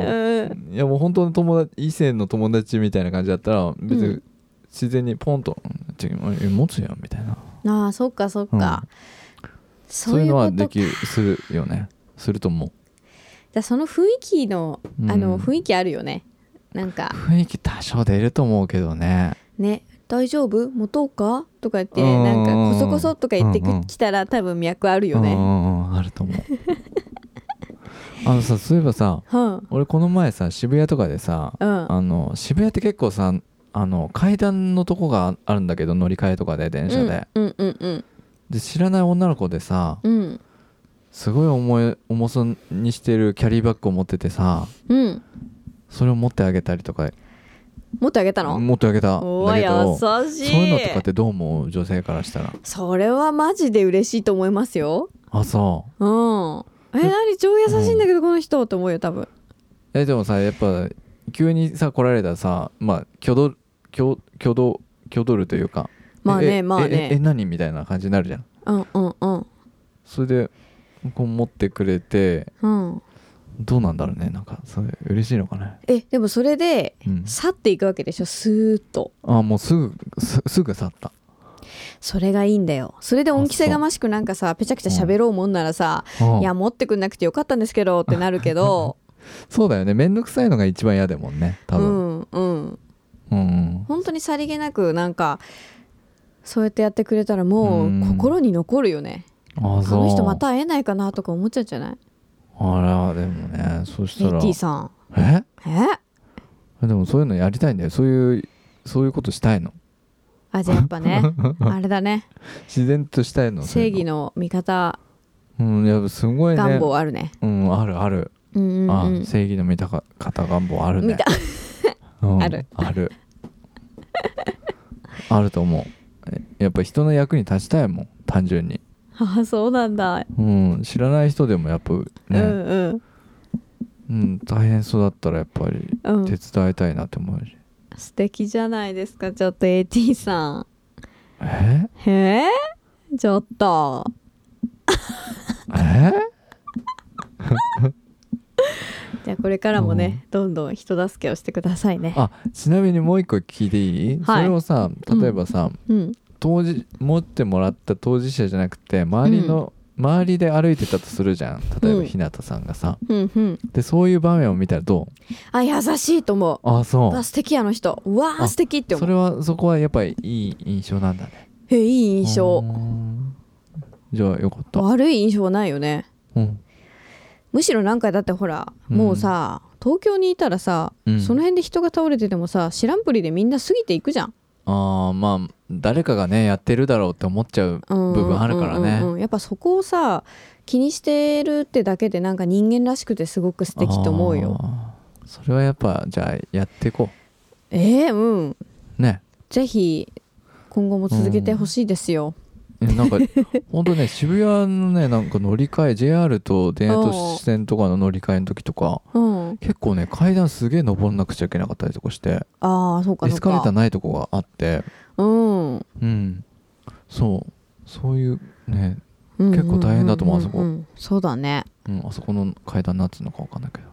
B: いやもう本当の友達異性の友達みたいな感じだったら別
C: う
B: に自然にポンと「うん違うえ持つよ」みたいな
C: ああそっかそっか、
B: そ
C: そううい
B: い
C: うう
B: のは
C: こ
B: で
C: と
B: きるするよねすると思う
C: だその雰囲気のあ
B: う
C: の
B: ん
C: 雰囲気あるよねなんか
B: 雰囲気多少出ると思うけどね
C: ね大丈夫持とうかとか言って
B: うん
C: なんかこそこそとか言ってき
B: うんうん
C: きたら多分脈あるよ
B: うんう
C: ね
B: んうんあると思う あのさそういえばさ
C: うん
B: 俺この前さ渋谷とかでさ
C: うん
B: あの渋谷って結構さあの階段のとこがあるんだけど乗り換えとかで電車で、
C: うんうんうん
B: で知らない女の子でさ
C: うん
B: すごい重い重そうにしてるキャリーバッグを持っててさ
C: うん
B: それを持ってあげたりとか
C: 持ってあげたの
B: 持ってあげたん
C: お
B: だ
C: ー
B: けどそう
C: 優しい
B: いうのとかってどう思う女性からしたら
C: それはマジで嬉しいと思いますよ
B: あそう
C: うんえ
B: え
C: 何超優しいんだけどこの人と思うよ多分
B: えでもさやっぱ急にさ来られたらさまあ挙動挙挙動挙動るというか
C: まあね
B: え
C: まあ
B: えええ
C: ね
B: 何みたいな感じになるじゃん
C: うんうんうん
B: それでこう持ってくれて
C: うん
B: どうなんだろうねなんかそれ嬉しいのかね
C: えでもそれで
B: うん
C: 去っていくわけでしょスーッと
B: あもうすぐすすぐ去った
C: それがいいんだよそれで恩着せがましくなんかさぺちゃくちゃ喋ろうもんならさ「
B: うん
C: いや持ってくんなくてよかったんですけど」ってなるけど
B: そうだよね面倒くさいのが一番嫌だもんね
C: う
B: 多分、
C: んうん
B: うんうん
C: 本当にさりげなくなんかそうやってやってくれたらも
B: うん
C: う心に残るよね
B: あ
C: あ
B: そう
C: の人また会えないかなとか思っちゃうんじゃない
B: あらでもねそし
C: レ
B: た
C: ッ
B: ら
C: ティさん
B: え
C: え
B: でもそういうのやりたいんだよそういうそういうことしたいの
C: あじゃあやっぱ ねあれだね
B: 自然としたいのそう
C: 正
B: いうの
C: 義の味方
B: うん、やっぱすごいね。
C: 願望あるね
B: うん、あるある。
C: うんうん
B: あ
C: うん、
B: 正義の見たか方願望あるね
C: 見。た
B: うん
C: ある
B: ある。 あると思う。えやっぱ人の役に立ちたいもん、単純に。
C: あそうなんだ、
B: うん、知らない人でもやっぱね、
C: う
B: うん
C: んうん
B: 大変そうだったらやっぱり
C: うん
B: 手伝いたいなって思うし。
C: 素敵じゃないですかちょっと AT さん
B: え
C: へえちょっと
B: え
C: じゃあこれからもね、どんどん人助けをしてくださいね
B: あちなみにもう一個聞いていい、
C: はい
B: それをさ例えばさ、
C: うん
B: 当時持ってもらった当事者じゃなくて周りの、周りで歩いてたとするじゃん例え
C: う
B: ば
C: ん
B: 日向さんがさ、
C: うんうん
B: でそういう場面を見たらどう
C: あ優しいと思
B: あそうう
C: あ素敵あの人うわあ
B: あ
C: 素敵って思
B: そうれはそこはやっぱりいい印象なんだね
C: えいい印象
B: うんじゃあよかった、
C: 悪い印象はないよね
B: うん
C: むしろなんかだってほら、
B: うん
C: もうさ東京にいたらさ、
B: うん
C: その辺で人が倒れててもさ知らんぷりでみんな過ぎていくじゃん、
B: あーまあ誰かがねやってるだろうって思っちゃう
C: うん
B: 部分あるか
C: う
B: ら
C: んうん
B: ね
C: うんやっぱそこをさ気にしてるってだけでなんか人間らしくてすごく素敵と思うよ
B: あーそれはやっぱじゃあやっていこ
C: えー、うん
B: うね
C: ぜひ今後も続けてほしいですよ、
B: えな んかほんとね渋谷のねなんか乗り換え JR と電車都市線とかの乗り換えの時とか
C: うん
B: 結構ね階段すげえ登んなくちゃいけなかったりとかして
C: ああそうか
B: エ
C: そ
B: ス
C: う
B: カレーター
C: か
B: ないとこがあって
C: うん
B: うんそうそういうね、
C: 結
B: 構大変だと思うあそこ
C: そうだね
B: うん、あそこの階段なんつうのかわかんないけど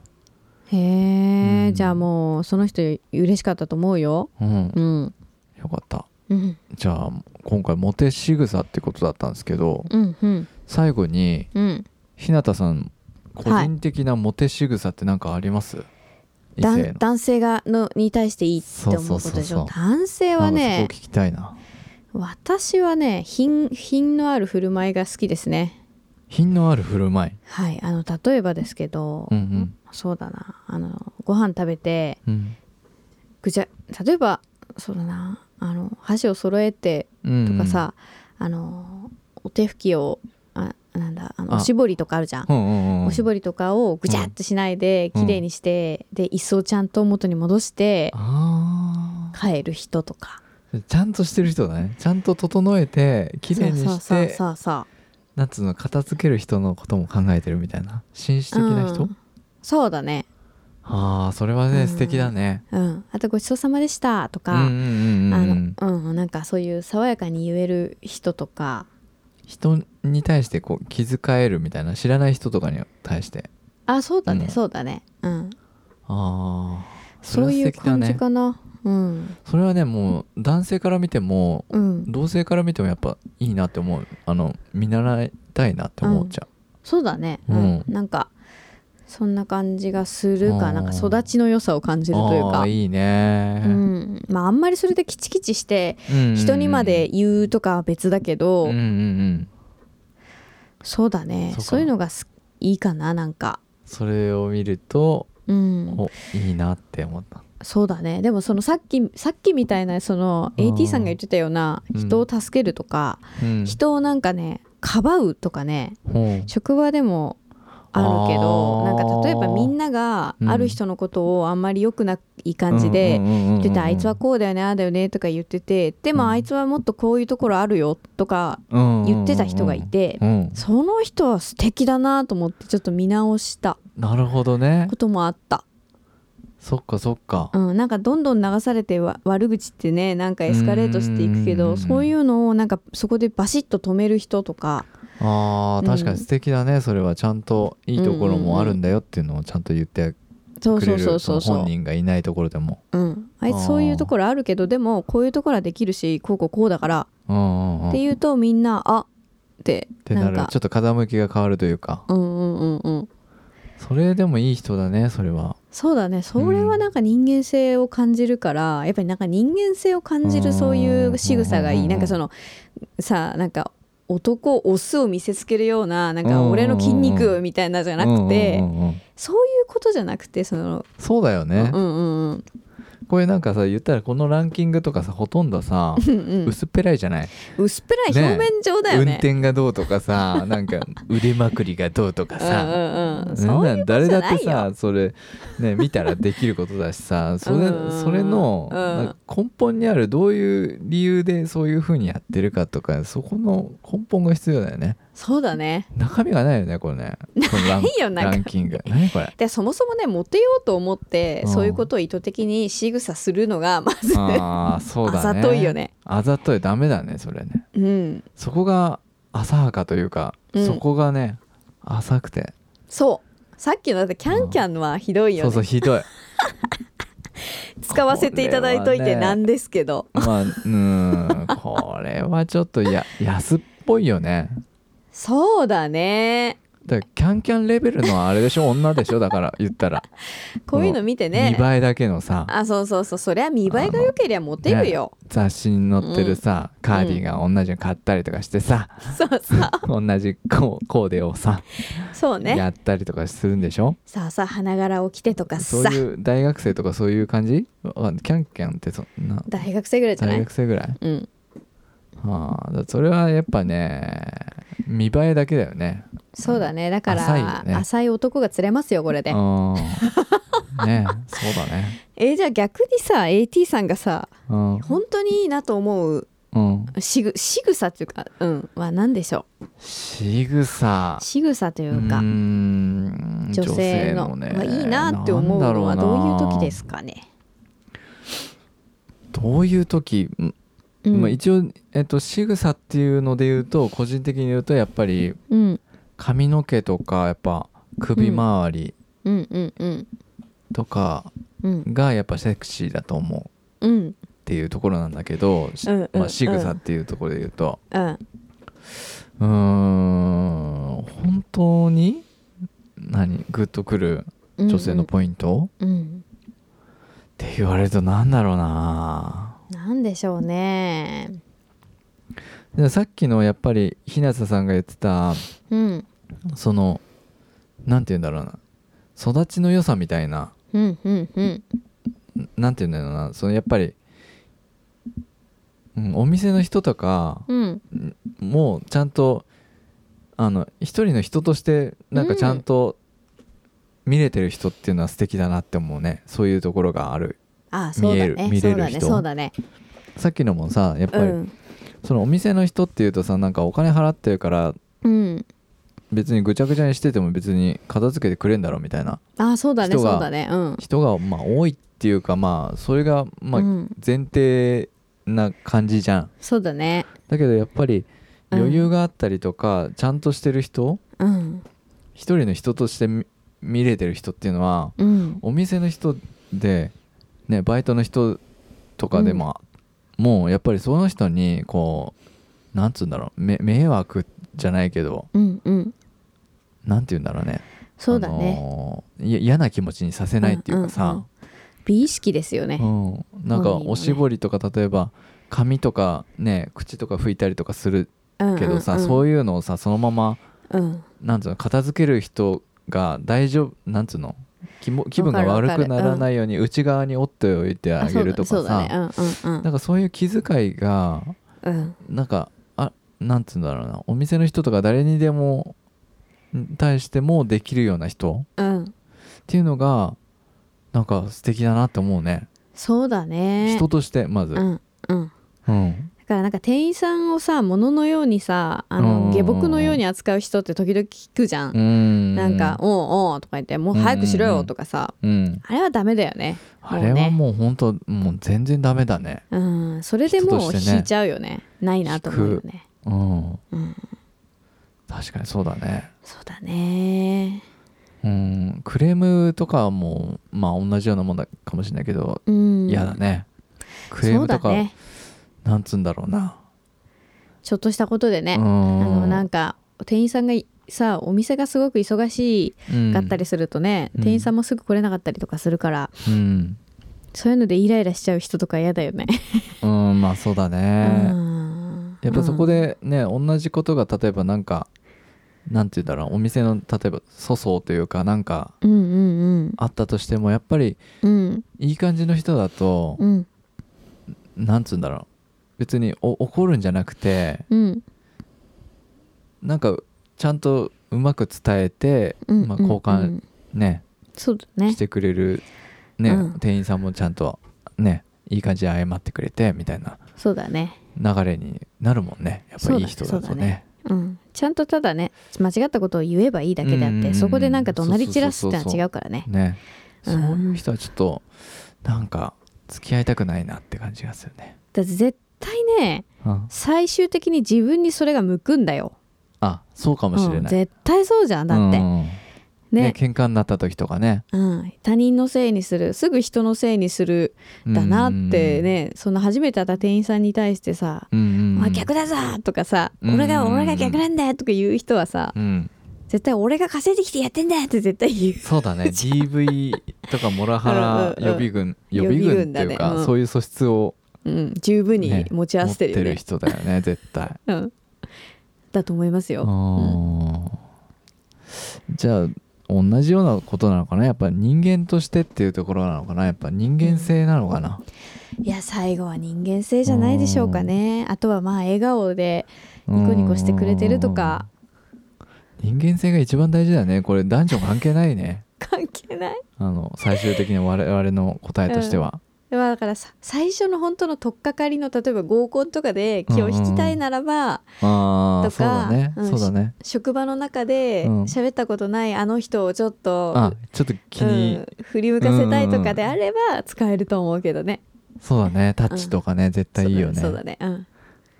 C: へえ、
B: うん
C: じゃあもうその人嬉しかったと思うよ
B: うん
C: うん
B: よかった
C: うん
B: じゃあ今回モテ仕草ってことだったんですけど
C: うんうん
B: 最後に
C: うん
B: 日向さん個人的なモテ仕草って何かあります、異
C: だ
B: 性
C: ん
B: の
C: 男性がのに対していいって思うことでし
B: そうそ
C: ょ
B: うそうそう
C: 男性は
B: なん
C: ね
B: かそこ聞きたいな
C: 私はね品品のある振る舞いが好きですね
B: 品のある振る舞い
C: はいあの例えばですけど、
B: うん
C: そうだなあのご飯食べて
B: うんうん
C: ぐちゃ例えばそうだなあの箸を揃えて
B: うん
C: とかさ、あのお手拭きをあなんだあの
B: あ
C: おしぼりとかあるじゃん
B: う。んうんうん
C: おしぼりとかをぐちゃってしないで
B: うん
C: 綺麗にして、で椅子をちゃんと元に戻して
B: あ
C: 帰る人とか
B: ーちゃんとしてる人だねちゃんと整えて綺麗に
C: そう
B: し
C: そう
B: て
C: そうそう
B: なんつうの片付ける人のことも考えてるみたいな紳士的な人、
C: うんそうだね
B: ああそれはね、
C: うん
B: 素敵だね
C: うんあとごちそうさまでしたと
B: うんうん
C: か、
B: う
C: あ
B: んうん
C: のうんなんかそういう爽やかに言える人とか
B: 人に対してこう気遣えるみたいな知らない人とかに対して
C: あそうだね、
B: うん
C: そうだねうん
B: ああそ
C: そ
B: れは
C: うい
B: 素
C: う
B: 敵だ
C: 感じ
B: ね
C: かなうん
B: それはねもう男性から見ても
C: うん
B: 同性から見てもやっぱいいなって思うあの見習いたいなって思っちゃ
C: そうだねう
B: うん
C: ん、なんかそんな感じがする
B: あ
C: か
B: ー
C: なんか育ちの良さを感
B: う、
C: じるという
B: あ
C: か
B: あいいね、
C: うん、まああんまりそれでキチキチして
B: うんうんうん
C: 人にまで言うとかは別だけど、
B: うんうんうん
C: そうだね
B: そう
C: そう
B: か
C: いうのがすいいかななんか
B: それを見ると
C: うん
B: おいいなって思った
C: そうだねでもそのさっきさっきみたいなその
B: うん
C: AT さんが言ってたような
B: うん
C: 人を助けるとか、
B: うん
C: 人をなんかねかばうとかね
B: うん
C: 職場でもあるけどな
B: あー
C: んか例えばみんなが
B: うん
C: ある人のことをあんまり良くない感じで、
B: うんうんうんうんうん
C: 言ってあいつはこうだよねああだよねとか言っててで
B: う
C: も
B: ん
C: あいつはもっとこういうところあるよとか言
B: 言
C: ってた人がいて
B: うんうん
C: その人は素敵だなと思ってちょっと見直した
B: なるほどね
C: こともあった、
B: そっかそっか
C: うん、なんかどんどん流されてわ悪口ってねなんかエスカレートしていくけ
B: うんうんう
C: ど
B: ん
C: そういうのをなんかそこでバシッと止める人とか
B: あ
C: うん
B: ー確かに素敵だねそれはちゃんといいところもあるんだよっていうのをちゃんと言って
C: そう
B: く
C: そ
B: れ
C: うそうそ
B: るそうの
C: そ
B: 本
C: う、
B: 人がいないところでも
C: うん、あい
B: あ
C: つ
B: ー
C: そういうところあるけどでもこういうところはできるしこうこうこうだから
B: うんうんうん
C: って
B: っ
C: いうとみんなあって
B: てなる
C: なんか
B: ちょっと傾きが変わるというか
C: うんうんうんうん
B: それでもいい人だねそれは
C: そうだねそれはなんか人間性を感じるから、やっぱりなんか人間性を感じ
B: う
C: る
B: ん
C: そういう仕草がいい、
B: うん
C: なんかそのさあなんか男オスを見せつけるようななんか
B: うん
C: 俺の筋肉みたいなじゃなくて、
B: うんうんうんうん
C: そういうことじゃなくてその、
B: そうだよね
C: うんうんうん
B: これなんかさ言ったらこのランキングとかさほとんどさ
C: うん
B: 薄っぺらいじゃない
C: うん薄っぺらい表面上だよ
B: 運
C: ね
B: 転がどうとかさなんか腕まくりがどうとか
C: う
B: さ、
C: んうんうん、
B: そん
C: そうい
B: な
C: うんこと
B: 誰
C: じ
B: だ
C: ゃ
B: っ
C: な
B: て
C: いよ
B: さそれ、ね、見たらできることだ しさそれ
C: うん
B: それの
C: うん
B: なんか根本にあるどういう理由でそういうふうにやってるかとかそこの根本が必要だよね
C: そうだね
B: 中身がないよねこれねこのラン
C: ないよ中身
B: ランキング何 これ
C: でそもそもねモテようと思って、
B: うん
C: そういうことを意図的に仕草するのがまず
B: ああそうだね
C: あざといよね
B: あざといダメだねそれね
C: うん
B: そこが浅はかというか、
C: うん
B: そこがね浅くて
C: そうさっきのだってキャンキャンはひどいよ
B: そう
C: ね
B: そうひどい
C: 使わせていただいとい
B: これ
C: て
B: はね
C: なんですけど、
B: まあ、うーん、これはちょっとや安っぽいよね。
C: そうだね
B: だからキャンキャンレベルのあれでしょ、女でしょ、だから言ったら。
C: こういうの見てね
B: 見栄えだけのさ、
C: あそうそうそうそりゃ見栄えが良けりゃモテるよ、
B: 雑誌に載ってるさ、カーディガン同じの買ったりとかしてさ、
C: そうそう
B: 同じココーデをさ、
C: そうね
B: やったりとかするんでしょ。
C: さあさあ花柄を着てとか
B: そう
C: さ
B: いう大学生とかそういう感じあキャンキャンってそんな、
C: 大学生ぐらいじゃな
B: 大
C: い
B: 学生ぐらい
C: うん
B: ああ、だからそれはやっぱね、見栄えだけだよね。
C: そうだねだから
B: 浅
C: 浅
B: い
C: い,、
B: よね
C: 男が釣れますよこれで
B: うん。ね、そうだね。
C: えーじゃあ逆にさ AT さんがさ
B: うん、
C: 本当にいいなと思う
B: うん、
C: しぐ仕草っていうかうんは何でしょ
B: 仕草
C: う仕草といううか、
B: ーん
C: 女性の
B: 女性
C: まあ
B: ね
C: いいなって思うのは
B: なんだ
C: ど
B: ろ
C: ういう
B: な
C: 時ですかね。
B: どういう時、
C: うん
B: まあ、一応、えっと、仕草っていうので言うと個人的に言うとやっぱり
C: うん
B: 髪の毛とかやっぱ首周り
C: うんうんうん
B: とか
C: うん
B: がやっぱセクシーだと思う
C: うん
B: っていうところなんだけど、し
C: うんうん
B: まあ、仕草っていうところで言うと
C: うん
B: うーん本当に何グッとくる
C: うん
B: 女性のポイント、
C: うん
B: って言われるとなんだろうな
C: なんでしょうね
B: でさっきのやっぱり日向さんが言ってた
C: うん
B: そのなんて言うんだろうな育ちの良さみたいな
C: うんうんうん
B: んなんて言うんだろうなそのやっぱり、うん、お店の人とか
C: うん
B: もうちゃんとあの一人の人としてなんかちゃんと見れてる人っていうのは素敵だなって思うねそういうところがある
C: あそうだね
B: 見える見れる人
C: そうだね
B: さっきのもさやっ
C: そう
B: ぱ
C: だ
B: り、
C: ね
B: そのお店の人っていうとさなんかお金払ってるから
C: うんうん
B: 別にぐちゃぐちゃにしてても別に片付けてくれんだろうみたいな
C: あそうだね
B: 人
C: そ
B: が
C: うだねうん
B: 人がまあ多いっていうかまあそれがまあ
C: うん
B: 前提な感じじゃん、
C: そうだね
B: だけどやっぱり
C: うん
B: 余裕があったりとか、ちゃんとしてる人
C: うん
B: 一人の人としてみ見れてる人っていうのは
C: うん
B: お店の人で、ね、バイトの人とかでも、もうやっぱりその人にこうなんつうんだろうめ迷惑じゃないけど
C: うんうん
B: なんて言うんだろうね
C: そうだ
B: あ
C: ね
B: のーいや嫌な気持ちにさせないっていうかさ、
C: 美意識ですよね
B: うんなんか
C: 本人のね
B: おしぼりとか例えば髪とかね口とか拭いたりとかするけどさ、そう
C: いう
B: いうのをさそのまま
C: うん
B: なんつうの片付ける人が大丈夫なんつうの気も気分が
C: わかる
B: 悪
C: わかる
B: くならないように内側に折っておいてあげると
C: そ
B: か
C: うだ
B: さ、
C: ねそうだ
B: なん
C: ね
B: かそういう気遣いが
C: うんうん
B: なんかあなんつうんだろうなお店の人とか誰にでもん対してもできるような人
C: うんうん
B: っていうのがなんか素敵だなって思うね
C: そうだね
B: 人としてまず、
C: う
B: うん
C: んうん
B: うん
C: だからなんか店員さんをさ物のようにさあ
B: うんうんうん
C: の下僕のように扱う人って時々聞くじゃんなんか「おうおう」とか言って「もう早くしろ
B: うんう
C: よ」
B: ん
C: とかさ
B: うん、
C: あれはダメだよね
B: あれは
C: も
B: もう本当もう全然ダメだね、
C: うねうんそれでも
B: 人
C: う
B: としてね
C: 引いちゃうよねないなと思うよね
B: うん、
C: うん
B: 確かにそうだね
C: そうだね
B: うんクレームとかもまあ同じようなもんだかもしれないけど
C: うん
B: 嫌、だねクレー
C: そう
B: ムと
C: だ
B: か、
C: ね
B: なんつうんだろうな、
C: ちょっとしたことでねあ
B: うん
C: のなんか店員さんがいさお店がすごく忙し
B: うん
C: かったりするとね、
B: うん
C: 店員さんもすぐ来れなかったりとかするから
B: うん、
C: そういうのでイライラしちゃう人とか嫌だよね、
B: うん、まあそうだね、
C: うん
B: やっぱそこでね同じことが例えばなんかなんて言うんだろうお店の例えば粗相というかなんか
C: うんうん
B: あったとしてもやっぱり
C: うんうん
B: いい感じの人だと、
C: うん
B: なんつうんだろう別にお怒るんじゃなくて
C: うん
B: なんかちゃんとうまく伝えて、
C: うん
B: まあ、
C: う
B: 交換
C: ん
B: ね、
C: そうだね
B: してくれる、ね
C: うん
B: 店員さんもちゃんとねいい感じで謝ってくれてみたいな
C: そうだね
B: 流れになるもんねやっぱりいい人だ
C: そう
B: と
C: だ
B: ね
C: ね。うん、ちゃんとただね間違ったことを言えばいいだけであ
B: う
C: っ
B: んうんうん
C: てそこでなんか怒鳴り散らすっての
B: そうそうそう
C: は
B: そ
C: 違うか
B: う
C: らね
B: ね
C: う
B: そうんいう人はちょっとなんか付き合いたくないなって感じがするね。
C: だって絶対ね
B: うん
C: 最終的に自分にそれが向くんだよ、
B: あそうかもしれ
C: うん
B: ない。
C: 絶対そうじゃんだって、
B: うんね
C: ね
B: 喧嘩になった時とかね。
C: うん、他人のせいにするすぐ人のせいにするだなってね、その初めて会った店員さんに対してさ
B: うんうん
C: 「
B: うん。
C: お前逆だぞ!」とかさ「
B: うん
C: 俺が俺が逆なんだ!」とか言う人はさ
B: うん、
C: 絶対「俺が稼いできてやってんだ!」って絶対言う
B: そう だね DV とかモラハラ予備軍予
C: うんうん
B: 備
C: うん
B: 軍ってい
C: 予備
B: う
C: 軍だ
B: か、
C: ねうん
B: そういう素質を、
C: うん、十分に
B: ね
C: 持ち合わせてるよね
B: 持ってる人だよね絶対。
C: うん、だと思いますよ、
B: あーじゃあ同じようなことなのかなやっぱ人間としてっていうところなのかなやっぱ人間性なのかな、
C: いや最後は人間性じゃないでしょうかねあとはまあ笑顔でニコニコしてくれてるとか
B: うん人間性が一番大事だねこれ男女関係ないね
C: 関係ない
B: あの最終的に我々の答えとしては、
C: でもだからさ最初の本当の取っかかりの例えば合コンとかで気を引きたいならば、
B: ああ
C: と
B: そうだ
C: か
B: ね、
C: うん
B: そうだね
C: 職場の中で
B: うん
C: 喋ったことないあの人をちょっと、
B: あちょっと気に、
C: うん振り向かせたいとかであれば使えると思うけどね、
B: そうだねタッチとかね、絶対いいよね
C: そうだねそうだね、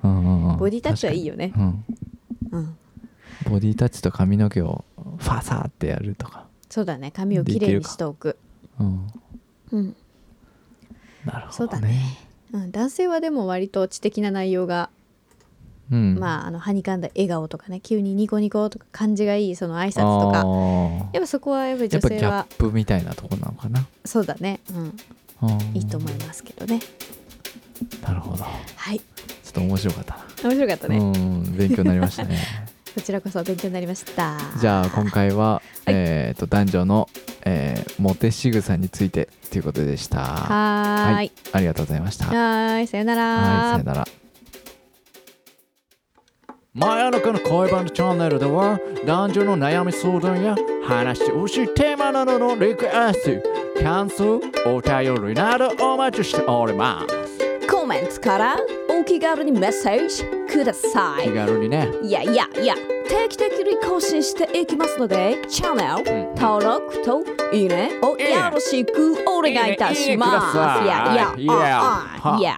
B: うんうんう
C: うんん、ボディタッチはいいよね
B: 確かにう
C: う
B: ん
C: ん、
B: ボディタッチと髪の毛をファサーってやるとか、
C: そうだね髪をきれいにしておく
B: うん、
C: うん
B: なるほ
C: そ
B: どね
C: うだねうん、男性はでも割と知的な内容が、
B: うん、
C: まああのはにかんだ笑顔とかね急にニコニコとか感じがいいその挨
B: あ
C: 拶とか
B: ー
C: やっぱそこはやっぱり女
B: やっぱギ
C: 性
B: ャッ
C: は
B: プみたいなとこなのかな、
C: そうだね、うん、
B: うん、
C: いいと思いますけどね
B: なるほどちょ
C: はい
B: っと面白かったな
C: 面白かったね、こ
B: うん勉強になり ましたね
C: ちらこそ勉強になりました
B: じゃあ今回は、
C: はい
B: えっ、と男女の、えー、モテ仕草についてということでしたは
C: はーい
B: ありがとうございました
C: はーいさよなら
B: はい、さよなら。真夜中の恋バナチャンネルでは男女の悩み相談や話してほしいテーマなどのリクエスト、感想、お便りなどお待ちしております。
C: コメントからお気軽にメッセージくださ
B: 気
C: い。
B: 軽にね。
C: いやいやいや、定期的に更新していきますので、チャンネル
B: うん
C: 登録といいねをよろしくお願いいたします。
B: いいねいいねください
C: やいや、
B: いや
C: ああいや。